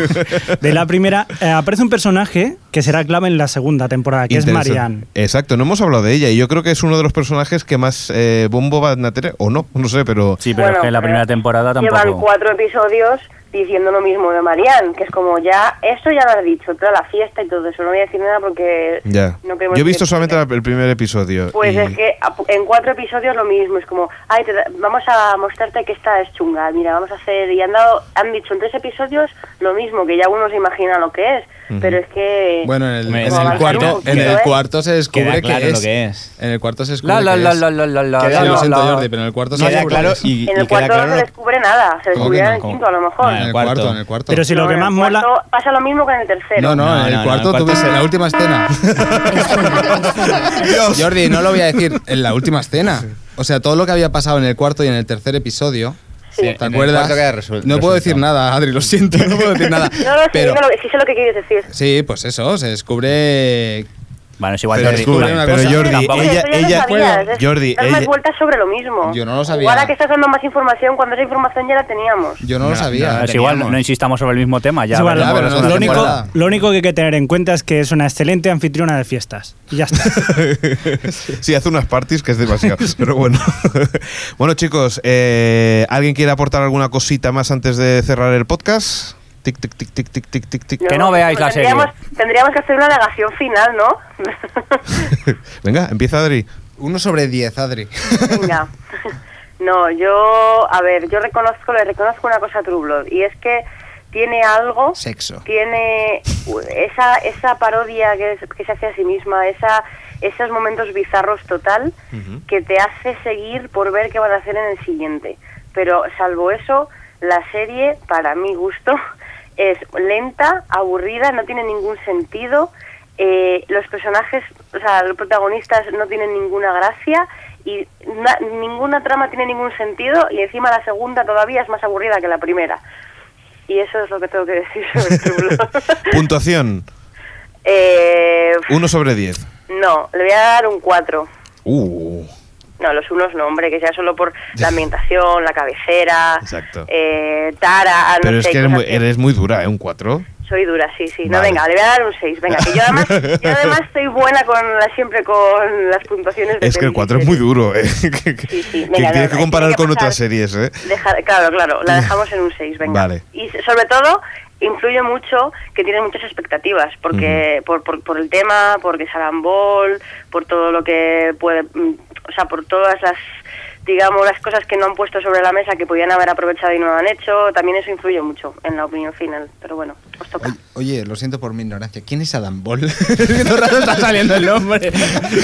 Speaker 6: de la primera, eh, aparece un personaje que será clave en la segunda temporada, que es
Speaker 2: Interesante.
Speaker 6: Marianne.
Speaker 2: Exacto, no hemos hablado de ella y yo creo que es uno de los personajes que más eh, bombo va a tener, o no, no sé, pero...
Speaker 4: Sí, pero
Speaker 7: Bueno,
Speaker 4: es que en la
Speaker 7: pero
Speaker 4: primera temporada
Speaker 7: Llevan
Speaker 4: tampoco.
Speaker 7: cuatro episodios diciendo lo mismo de Marianne, que es como ya, eso ya lo has dicho, toda la fiesta y todo eso, no voy a decir nada porque
Speaker 2: Ya.
Speaker 7: no
Speaker 2: Yo
Speaker 7: queremos
Speaker 2: he
Speaker 7: que-
Speaker 2: visto solamente la- el primer episodio.
Speaker 7: Pues
Speaker 2: y-
Speaker 7: es que a- en cuatro episodios lo mismo, es como, ay, te da- vamos a mostrarte que esta es chunga, mira, vamos a hacer, y han, dado, han dicho en tres episodios lo mismo, que ya uno se imagina lo que es, pero es que...
Speaker 3: Bueno, en el,
Speaker 5: Hombre,
Speaker 3: en
Speaker 5: como
Speaker 3: el
Speaker 7: avanzar un
Speaker 3: cuarto,
Speaker 7: poquito,
Speaker 3: en el
Speaker 7: ¿eh?
Speaker 3: cuarto se descubre
Speaker 5: Queda
Speaker 3: que
Speaker 5: claro
Speaker 3: es,
Speaker 5: lo que es.
Speaker 3: En el cuarto se descubre
Speaker 4: La la
Speaker 3: que
Speaker 4: la
Speaker 3: es.
Speaker 4: la la la la.
Speaker 3: Queda-
Speaker 4: la,
Speaker 3: Ah, lo siento,
Speaker 4: la.
Speaker 3: Jordi, pero en el cuarto se
Speaker 5: Queda
Speaker 3: descubre
Speaker 5: claro
Speaker 3: que es.
Speaker 5: y,
Speaker 7: en el
Speaker 5: y queda
Speaker 7: cuarto no
Speaker 5: claro.
Speaker 7: se descubre nada, se
Speaker 3: ¿Cómo que
Speaker 7: descubrirá
Speaker 3: no?
Speaker 7: en el quinto a lo mejor.
Speaker 3: En el
Speaker 5: el
Speaker 3: cuarto,
Speaker 5: cuarto.
Speaker 3: en el cuarto.
Speaker 6: Pero si
Speaker 7: No,
Speaker 6: lo que
Speaker 7: en
Speaker 6: más
Speaker 7: el
Speaker 6: mola.
Speaker 7: cuarto Pasa lo mismo que en el tercero.
Speaker 3: No, no,
Speaker 5: No,
Speaker 3: en
Speaker 5: no,
Speaker 3: el
Speaker 5: no,
Speaker 3: cuarto
Speaker 5: el
Speaker 3: tú
Speaker 5: cuarto
Speaker 3: ves
Speaker 5: se-
Speaker 3: en la última escena. Jordi, no lo voy a decir en la última escena. O sea, todo lo que había pasado en el cuarto y en el tercer episodio.
Speaker 7: Sí.
Speaker 5: Sí,
Speaker 7: Sí,
Speaker 5: en
Speaker 3: ¿Te
Speaker 5: el
Speaker 3: acuerdas?
Speaker 5: cuarto queda resuel-
Speaker 3: no puedo decir
Speaker 5: resuelto.
Speaker 3: nada, Adri, lo siento, no puedo decir nada.
Speaker 7: (laughs) No, no, sí,
Speaker 3: pero
Speaker 7: dímelo, sí sé lo que quieres decir.
Speaker 3: sí, pues eso, se descubre
Speaker 4: Bueno, es igual
Speaker 2: Pero
Speaker 4: Jordi,
Speaker 2: descubre
Speaker 4: tú-
Speaker 2: una
Speaker 4: pero
Speaker 2: cosa.
Speaker 4: Jordi,
Speaker 2: Tampoco-
Speaker 7: Sí,
Speaker 2: ella-
Speaker 7: eso ya lo
Speaker 2: ella-
Speaker 7: sabías, es
Speaker 2: Jordi,
Speaker 7: dar más
Speaker 2: ella-
Speaker 7: vueltas sobre lo mismo.
Speaker 3: Yo no lo sabía.
Speaker 7: Ahora que estás dando más información, cuando esa información ya la teníamos.
Speaker 3: yo no, lo sabía.
Speaker 4: es igual, no insistamos sobre el mismo tema. Ya,
Speaker 6: Es igual,
Speaker 3: ya,
Speaker 4: veremos
Speaker 3: pero
Speaker 4: la
Speaker 3: no es
Speaker 4: segunda
Speaker 3: una
Speaker 6: lo, único,
Speaker 3: temporada.
Speaker 6: lo único que hay que tener en cuenta es que es una excelente anfitriona de fiestas. Y ya está.
Speaker 2: (laughs) Sí, hace unas parties que es demasiado. pero bueno. (laughs) bueno, chicos, eh, ¿alguien quiere aportar alguna cosita más antes de cerrar el podcast? Tic, tic, tic, tic, tic, tic,
Speaker 4: (laughs)
Speaker 2: tic, tic.
Speaker 4: Que no veáis la serie.
Speaker 7: tendríamos, Tendríamos que hacer una negación final, ¿no? (laughs)
Speaker 2: Venga, empieza Adri.
Speaker 3: Uno sobre 10, Adri. (laughs)
Speaker 7: Venga. (laughs) No, yo, a ver, yo reconozco, le reconozco una cosa a True Blood, y es que tiene algo
Speaker 3: Sexo.
Speaker 7: tiene esa esa parodia que, es- que se hace a sí misma, esa esos momentos bizarros total que te hace seguir por ver qué van a hacer en el siguiente. Pero salvo eso, la serie, para mi gusto, (laughs) es lenta, aburrida, no tiene ningún sentido. eh, los personajes, o sea, los protagonistas no tienen ninguna gracia y na- ninguna trama tiene ningún sentido y encima la segunda todavía es más aburrida que la primera. Y eso es lo que tengo que decir (laughs) sobre True Blood.
Speaker 2: Puntuación,
Speaker 7: eh,
Speaker 2: 1 sobre 10.
Speaker 7: no, le voy a (laughs) dar un 4.
Speaker 2: Uh,
Speaker 7: No, los unos no, hombre, que sea solo por la ambientación, la cabecera,
Speaker 2: Exacto.
Speaker 7: eh, Tara, ah, no
Speaker 2: pero es
Speaker 7: sé,
Speaker 2: que eres
Speaker 7: cosas
Speaker 2: muy, eres muy dura, ¿eh? Un 4.
Speaker 7: Soy dura, sí, sí. No,
Speaker 2: Vale.
Speaker 7: venga, le voy a dar un 6. Venga, que
Speaker 2: (laughs)
Speaker 7: yo además, yo además soy buena con la- siempre con las puntuaciones de
Speaker 2: Es que el
Speaker 7: pelis y
Speaker 2: 4 es muy
Speaker 7: series.
Speaker 2: duro, ¿eh? (laughs) Que- que-
Speaker 7: Sí, sí,
Speaker 2: que
Speaker 7: venga, no,
Speaker 2: tienes
Speaker 7: no,
Speaker 2: que
Speaker 7: hay
Speaker 2: comparar
Speaker 7: que
Speaker 2: con otras
Speaker 7: pasar-
Speaker 2: series, ¿eh?
Speaker 7: Dejar- claro, claro,
Speaker 2: (laughs)
Speaker 7: la dejamos en un 6, venga.
Speaker 2: Vale.
Speaker 7: Y s- sobre todo, influye mucho que tiene muchas expectativas, porque por, por, por el tema, porque Sarambol, por todo lo que puede, mm, o sea, por todas las, digamos, las cosas que no han puesto sobre la mesa que podían haber aprovechado y no lo han hecho, también eso influye mucho en la opinión final, pero bueno, os toca.
Speaker 3: Oye, oye, lo siento por mi ignorancia. ¿Quién es Adam Ball? (laughs) es que todo el rato está saliendo el nombre.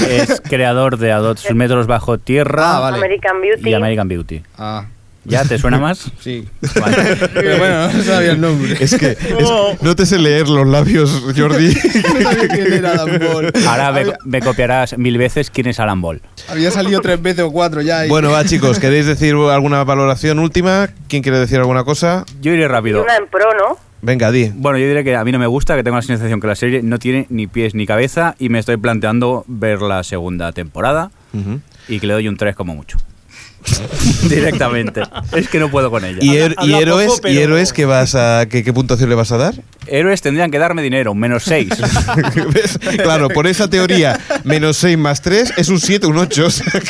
Speaker 4: Es creador de A
Speaker 7: (laughs)
Speaker 4: dos metros bajo tierra
Speaker 3: Ah, vale.
Speaker 7: American Beauty.
Speaker 4: y American Beauty.
Speaker 3: Ah,
Speaker 4: ¿Ya te suena
Speaker 3: (laughs)
Speaker 4: más?
Speaker 3: sí.
Speaker 4: Vale.
Speaker 3: Pero bueno, no sabía el nombre.
Speaker 2: Es
Speaker 3: (laughs)
Speaker 2: que, es que no te sé leer los labios, Jordi.
Speaker 3: No sabía quién era Adam Ball.
Speaker 4: Ahora me,
Speaker 3: había,
Speaker 4: me copiarás mil veces quién es Alan Ball.
Speaker 3: había salido tres veces o cuatro ya. y- (laughs)
Speaker 2: bueno, va, chicos, ¿queréis decir alguna valoración última? ¿Quién quiere decir alguna cosa?
Speaker 4: Yo iré
Speaker 7: y
Speaker 4: rápido.
Speaker 7: una en pro, ¿no?
Speaker 2: Venga, di.
Speaker 4: Bueno, yo diré que a mí no me gusta, que tengo la sensación que la serie no tiene ni pies ni cabeza y me estoy planteando ver la segunda temporada
Speaker 2: Ujú.
Speaker 4: y que le doy un 3 como mucho. (laughs) Directamente. Es que no puedo con ella.
Speaker 2: ¿Y, her- y
Speaker 6: habla poco,
Speaker 2: héroes, y
Speaker 6: pero-
Speaker 2: héroes que vas a, que- qué puntuación le vas a (laughs) dar?
Speaker 4: Héroes tendrían que darme dinero, un menos
Speaker 2: (laughs)
Speaker 4: 6.
Speaker 2: ¿Ves? Claro, por esa teoría, menos 6 más 3 es un 7, un 8.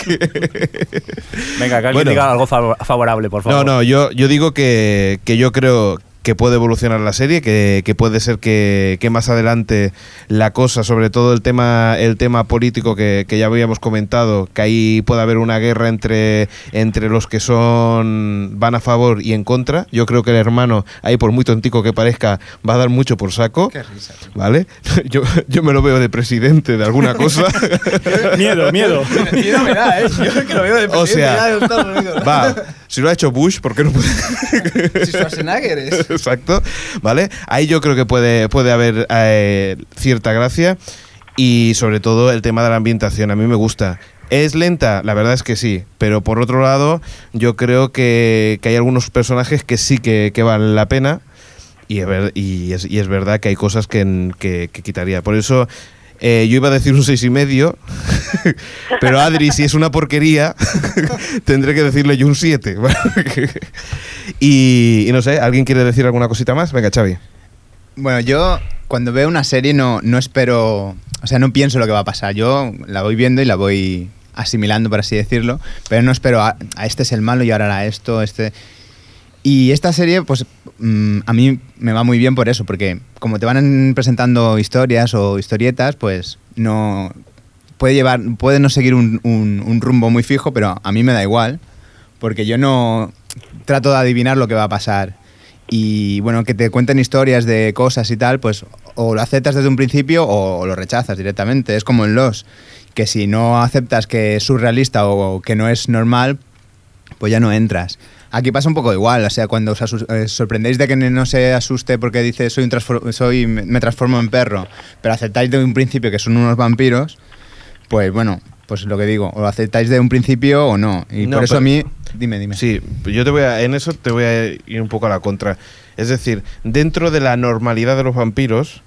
Speaker 4: Venga, que alguien
Speaker 2: Bueno.
Speaker 4: diga algo favor- favorable, por
Speaker 2: No,
Speaker 4: favor.
Speaker 2: no, yo, yo digo que, que yo creo que puede evolucionar la serie, que, que puede ser que, que más adelante la cosa, sobre todo el tema, el tema político que, que ya habíamos comentado, que ahí puede haber una guerra entre, entre los que son van a favor y en contra. Yo creo que el hermano, ahí por muy tontico que parezca, va a dar mucho por saco.
Speaker 3: Qué risa. tío.
Speaker 2: ¿Vale? (laughs) Yo, yo me lo veo de presidente de alguna
Speaker 3: (laughs)
Speaker 2: cosa.
Speaker 6: miedo, miedo.
Speaker 3: Miedo me da, ¿eh? Yo que lo veo de
Speaker 2: O
Speaker 3: presidente
Speaker 2: sea,
Speaker 3: ya de
Speaker 2: (laughs)
Speaker 3: Estados Unidos.
Speaker 2: Va, si lo ha hecho Bush, ¿por qué no puede?
Speaker 3: Si Schwarzenegger es.
Speaker 2: (laughs) Exacto, ¿vale? Ahí yo creo que puede, puede haber eh, cierta gracia y sobre todo el tema de la ambientación, a mí me gusta. ¿Es lenta? La verdad es que sí, pero por otro lado yo creo que, que hay algunos personajes que sí que, que valen la pena y, a ver- y, es, y es verdad que hay cosas que, en- que- que quitaría. Por eso eh, yo iba a decir un seis y medio, (laughs) pero Adri, si es una porquería, (laughs) tendré que decirle yo un (laughs) 7. y, y no sé, ¿alguien quiere decir alguna cosita más? Venga, Xavi.
Speaker 5: Bueno, yo cuando veo una serie no, no espero, o sea, no pienso lo que va a pasar. Yo la voy viendo y la voy asimilando, por así decirlo, pero no espero a, a este es el malo y ahora hará esto, este...
Speaker 3: Y esta serie, pues mm, a mí me va muy bien por eso, porque como te van presentando historias o historietas, pues no puede llevar, puede no seguir un, un- un rumbo muy fijo, pero a mí me da igual, porque yo no trato de adivinar lo que va a pasar. Y bueno, que te cuenten historias de cosas y tal, pues o lo aceptas desde un principio o lo rechazas directamente. Es como en los que si no aceptas que es surrealista o que no es normal, pues ya no entras. Aquí pasa un poco igual, o sea, cuando os asus- eh, sorprendéis de que no se asuste porque dice soy un transfor- soy me me transformo en perro, pero aceptáis de un principio que son unos vampiros, pues bueno, pues lo que digo, o lo aceptáis de un principio o no. Y
Speaker 2: No,
Speaker 3: por eso
Speaker 2: pero-
Speaker 3: a mí, dime, dime.
Speaker 2: Sí, yo te voy a, en eso te voy a ir un poco a la contra. Es decir, dentro de la normalidad de los vampiros,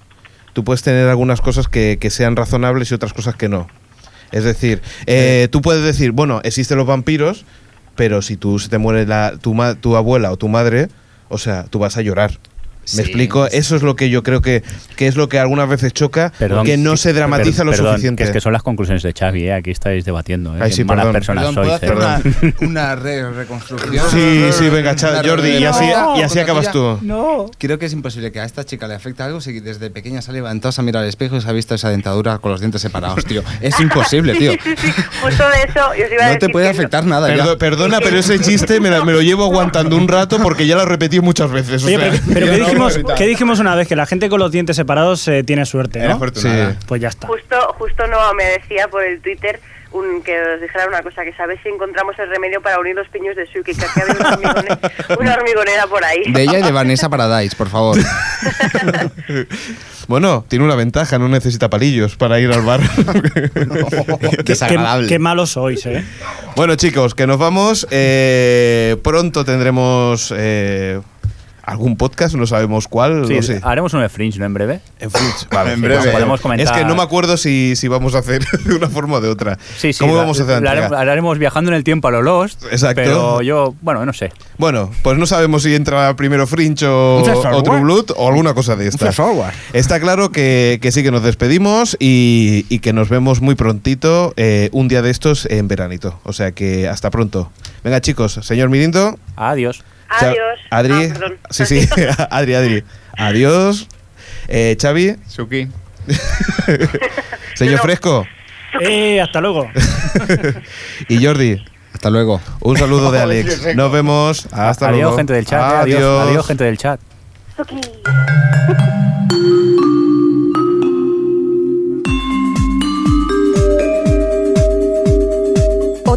Speaker 2: tú puedes tener algunas cosas que, que sean razonables y otras cosas que no. Es decir, eh, tú puedes decir, bueno, existen los vampiros, pero si tú se te muere la- tu, ma- tu abuela o tu madre, o sea, tú vas a llorar.
Speaker 3: Sí,
Speaker 2: ¿Me explico?
Speaker 3: sí.
Speaker 2: Eso es lo que yo creo que, que es lo que algunas veces choca,
Speaker 4: Perdón,
Speaker 2: que no
Speaker 4: que-
Speaker 2: se dramatiza
Speaker 4: per-
Speaker 2: lo
Speaker 4: perdón,
Speaker 2: suficiente.
Speaker 4: Que es que son las conclusiones de Xavi, ¿eh? aquí estáis debatiendo. ¿eh?
Speaker 2: Ay,
Speaker 4: Qué
Speaker 2: sí,
Speaker 4: malas
Speaker 2: perdón.
Speaker 4: personas
Speaker 7: Perdón,
Speaker 4: sois.
Speaker 7: ¿puedo
Speaker 4: ¿eh?
Speaker 7: hacer una, una re- reconstrucción?
Speaker 2: Sí, sí, venga, chao,
Speaker 7: Una
Speaker 2: Jordi, y así,
Speaker 7: reconstrucción
Speaker 2: y así
Speaker 7: contra
Speaker 2: acabas
Speaker 7: tuya.
Speaker 2: tú.
Speaker 6: No.
Speaker 7: Creo que es imposible que a esta chica le afecte algo si desde pequeña se ha levantado, se ha mirado al espejo y se ha visto esa dentadura con los dientes separados, tío.
Speaker 2: (laughs)
Speaker 7: Es imposible, tío.
Speaker 11: Sí, sí, sí, justo de eso. Yo os iba a
Speaker 7: No te
Speaker 11: decir
Speaker 7: puede
Speaker 11: que no.
Speaker 7: afectar nada ya.
Speaker 2: Perdo- perdona, pero ese chiste me, la- me lo llevo aguantando un rato porque ya lo he repetido muchas veces. o
Speaker 6: Oye,
Speaker 2: sea,
Speaker 6: pero, pero
Speaker 2: ya
Speaker 6: ¿qué,
Speaker 2: no lo
Speaker 6: dijimos,
Speaker 2: voy a evitar.
Speaker 6: qué dijimos una vez? Que la gente con los dientes separados eh, tiene suerte,
Speaker 3: Era
Speaker 6: ¿no?
Speaker 3: afortunada.
Speaker 2: Sí.
Speaker 6: Pues ya está.
Speaker 11: Justo, justo Noa me decía por el Twitter un- que os dijera una cosa, que sabéis si encontramos el remedio para unir los piños de Suki, que aquí había un hormigone- una hormigonera por ahí.
Speaker 7: De ella y de Vanessa Paradise,
Speaker 2: (laughs)
Speaker 7: por favor.
Speaker 2: Bueno, tiene una ventaja, no necesita palillos para ir al bar.
Speaker 6: Qué-
Speaker 3: Desagradable.
Speaker 6: Qué, qué malos sois, ¿eh?
Speaker 2: (laughs) bueno, chicos, que nos vamos. Eh, pronto tendremos eh, algún podcast, no sabemos cuál.
Speaker 4: Sí,
Speaker 2: no sé.
Speaker 4: Haremos uno de Fringe, ¿no? En breve.
Speaker 2: En Fritz, vale.
Speaker 3: En breve.
Speaker 4: Podemos comentar-
Speaker 2: Es que no me acuerdo si, si vamos a hacer (laughs) de una forma o de otra.
Speaker 4: Sí, sí.
Speaker 2: ¿Cómo
Speaker 4: la-
Speaker 2: vamos a hacer? la
Speaker 4: la haremos,
Speaker 2: entrega?
Speaker 4: la haremos viajando en el tiempo a lo Lost.
Speaker 2: Exacto.
Speaker 4: Pero yo, bueno, no sé.
Speaker 2: Bueno, pues no sabemos si entra primero Fringe o,
Speaker 10: Un flash forward.
Speaker 2: o True Blood o alguna cosa de esta.
Speaker 10: flash forward.
Speaker 2: Está claro que, que sí que nos despedimos y, y que nos vemos muy prontito, eh, un día de estos en veranito. O sea que hasta pronto. Venga chicos, señor Mirindo.
Speaker 4: Adiós.
Speaker 2: Cha-
Speaker 11: Adiós.
Speaker 2: Adri.
Speaker 11: Ah, perdón.
Speaker 2: sí,
Speaker 11: (laughs)
Speaker 2: sí, Adri, Adri. Adiós. Eh, Xavi,
Speaker 3: Suki.
Speaker 2: señor
Speaker 11: No.
Speaker 2: Fresco
Speaker 6: Eh, hasta luego.
Speaker 2: y Jordi.
Speaker 7: Hasta luego.
Speaker 2: Un saludo
Speaker 4: (laughs)
Speaker 2: de Alex. Nos vemos. Hasta
Speaker 4: adiós,
Speaker 2: luego.
Speaker 4: gente del chat. eh, Adiós. adiós, gente del chat.
Speaker 11: Suki.
Speaker 1: O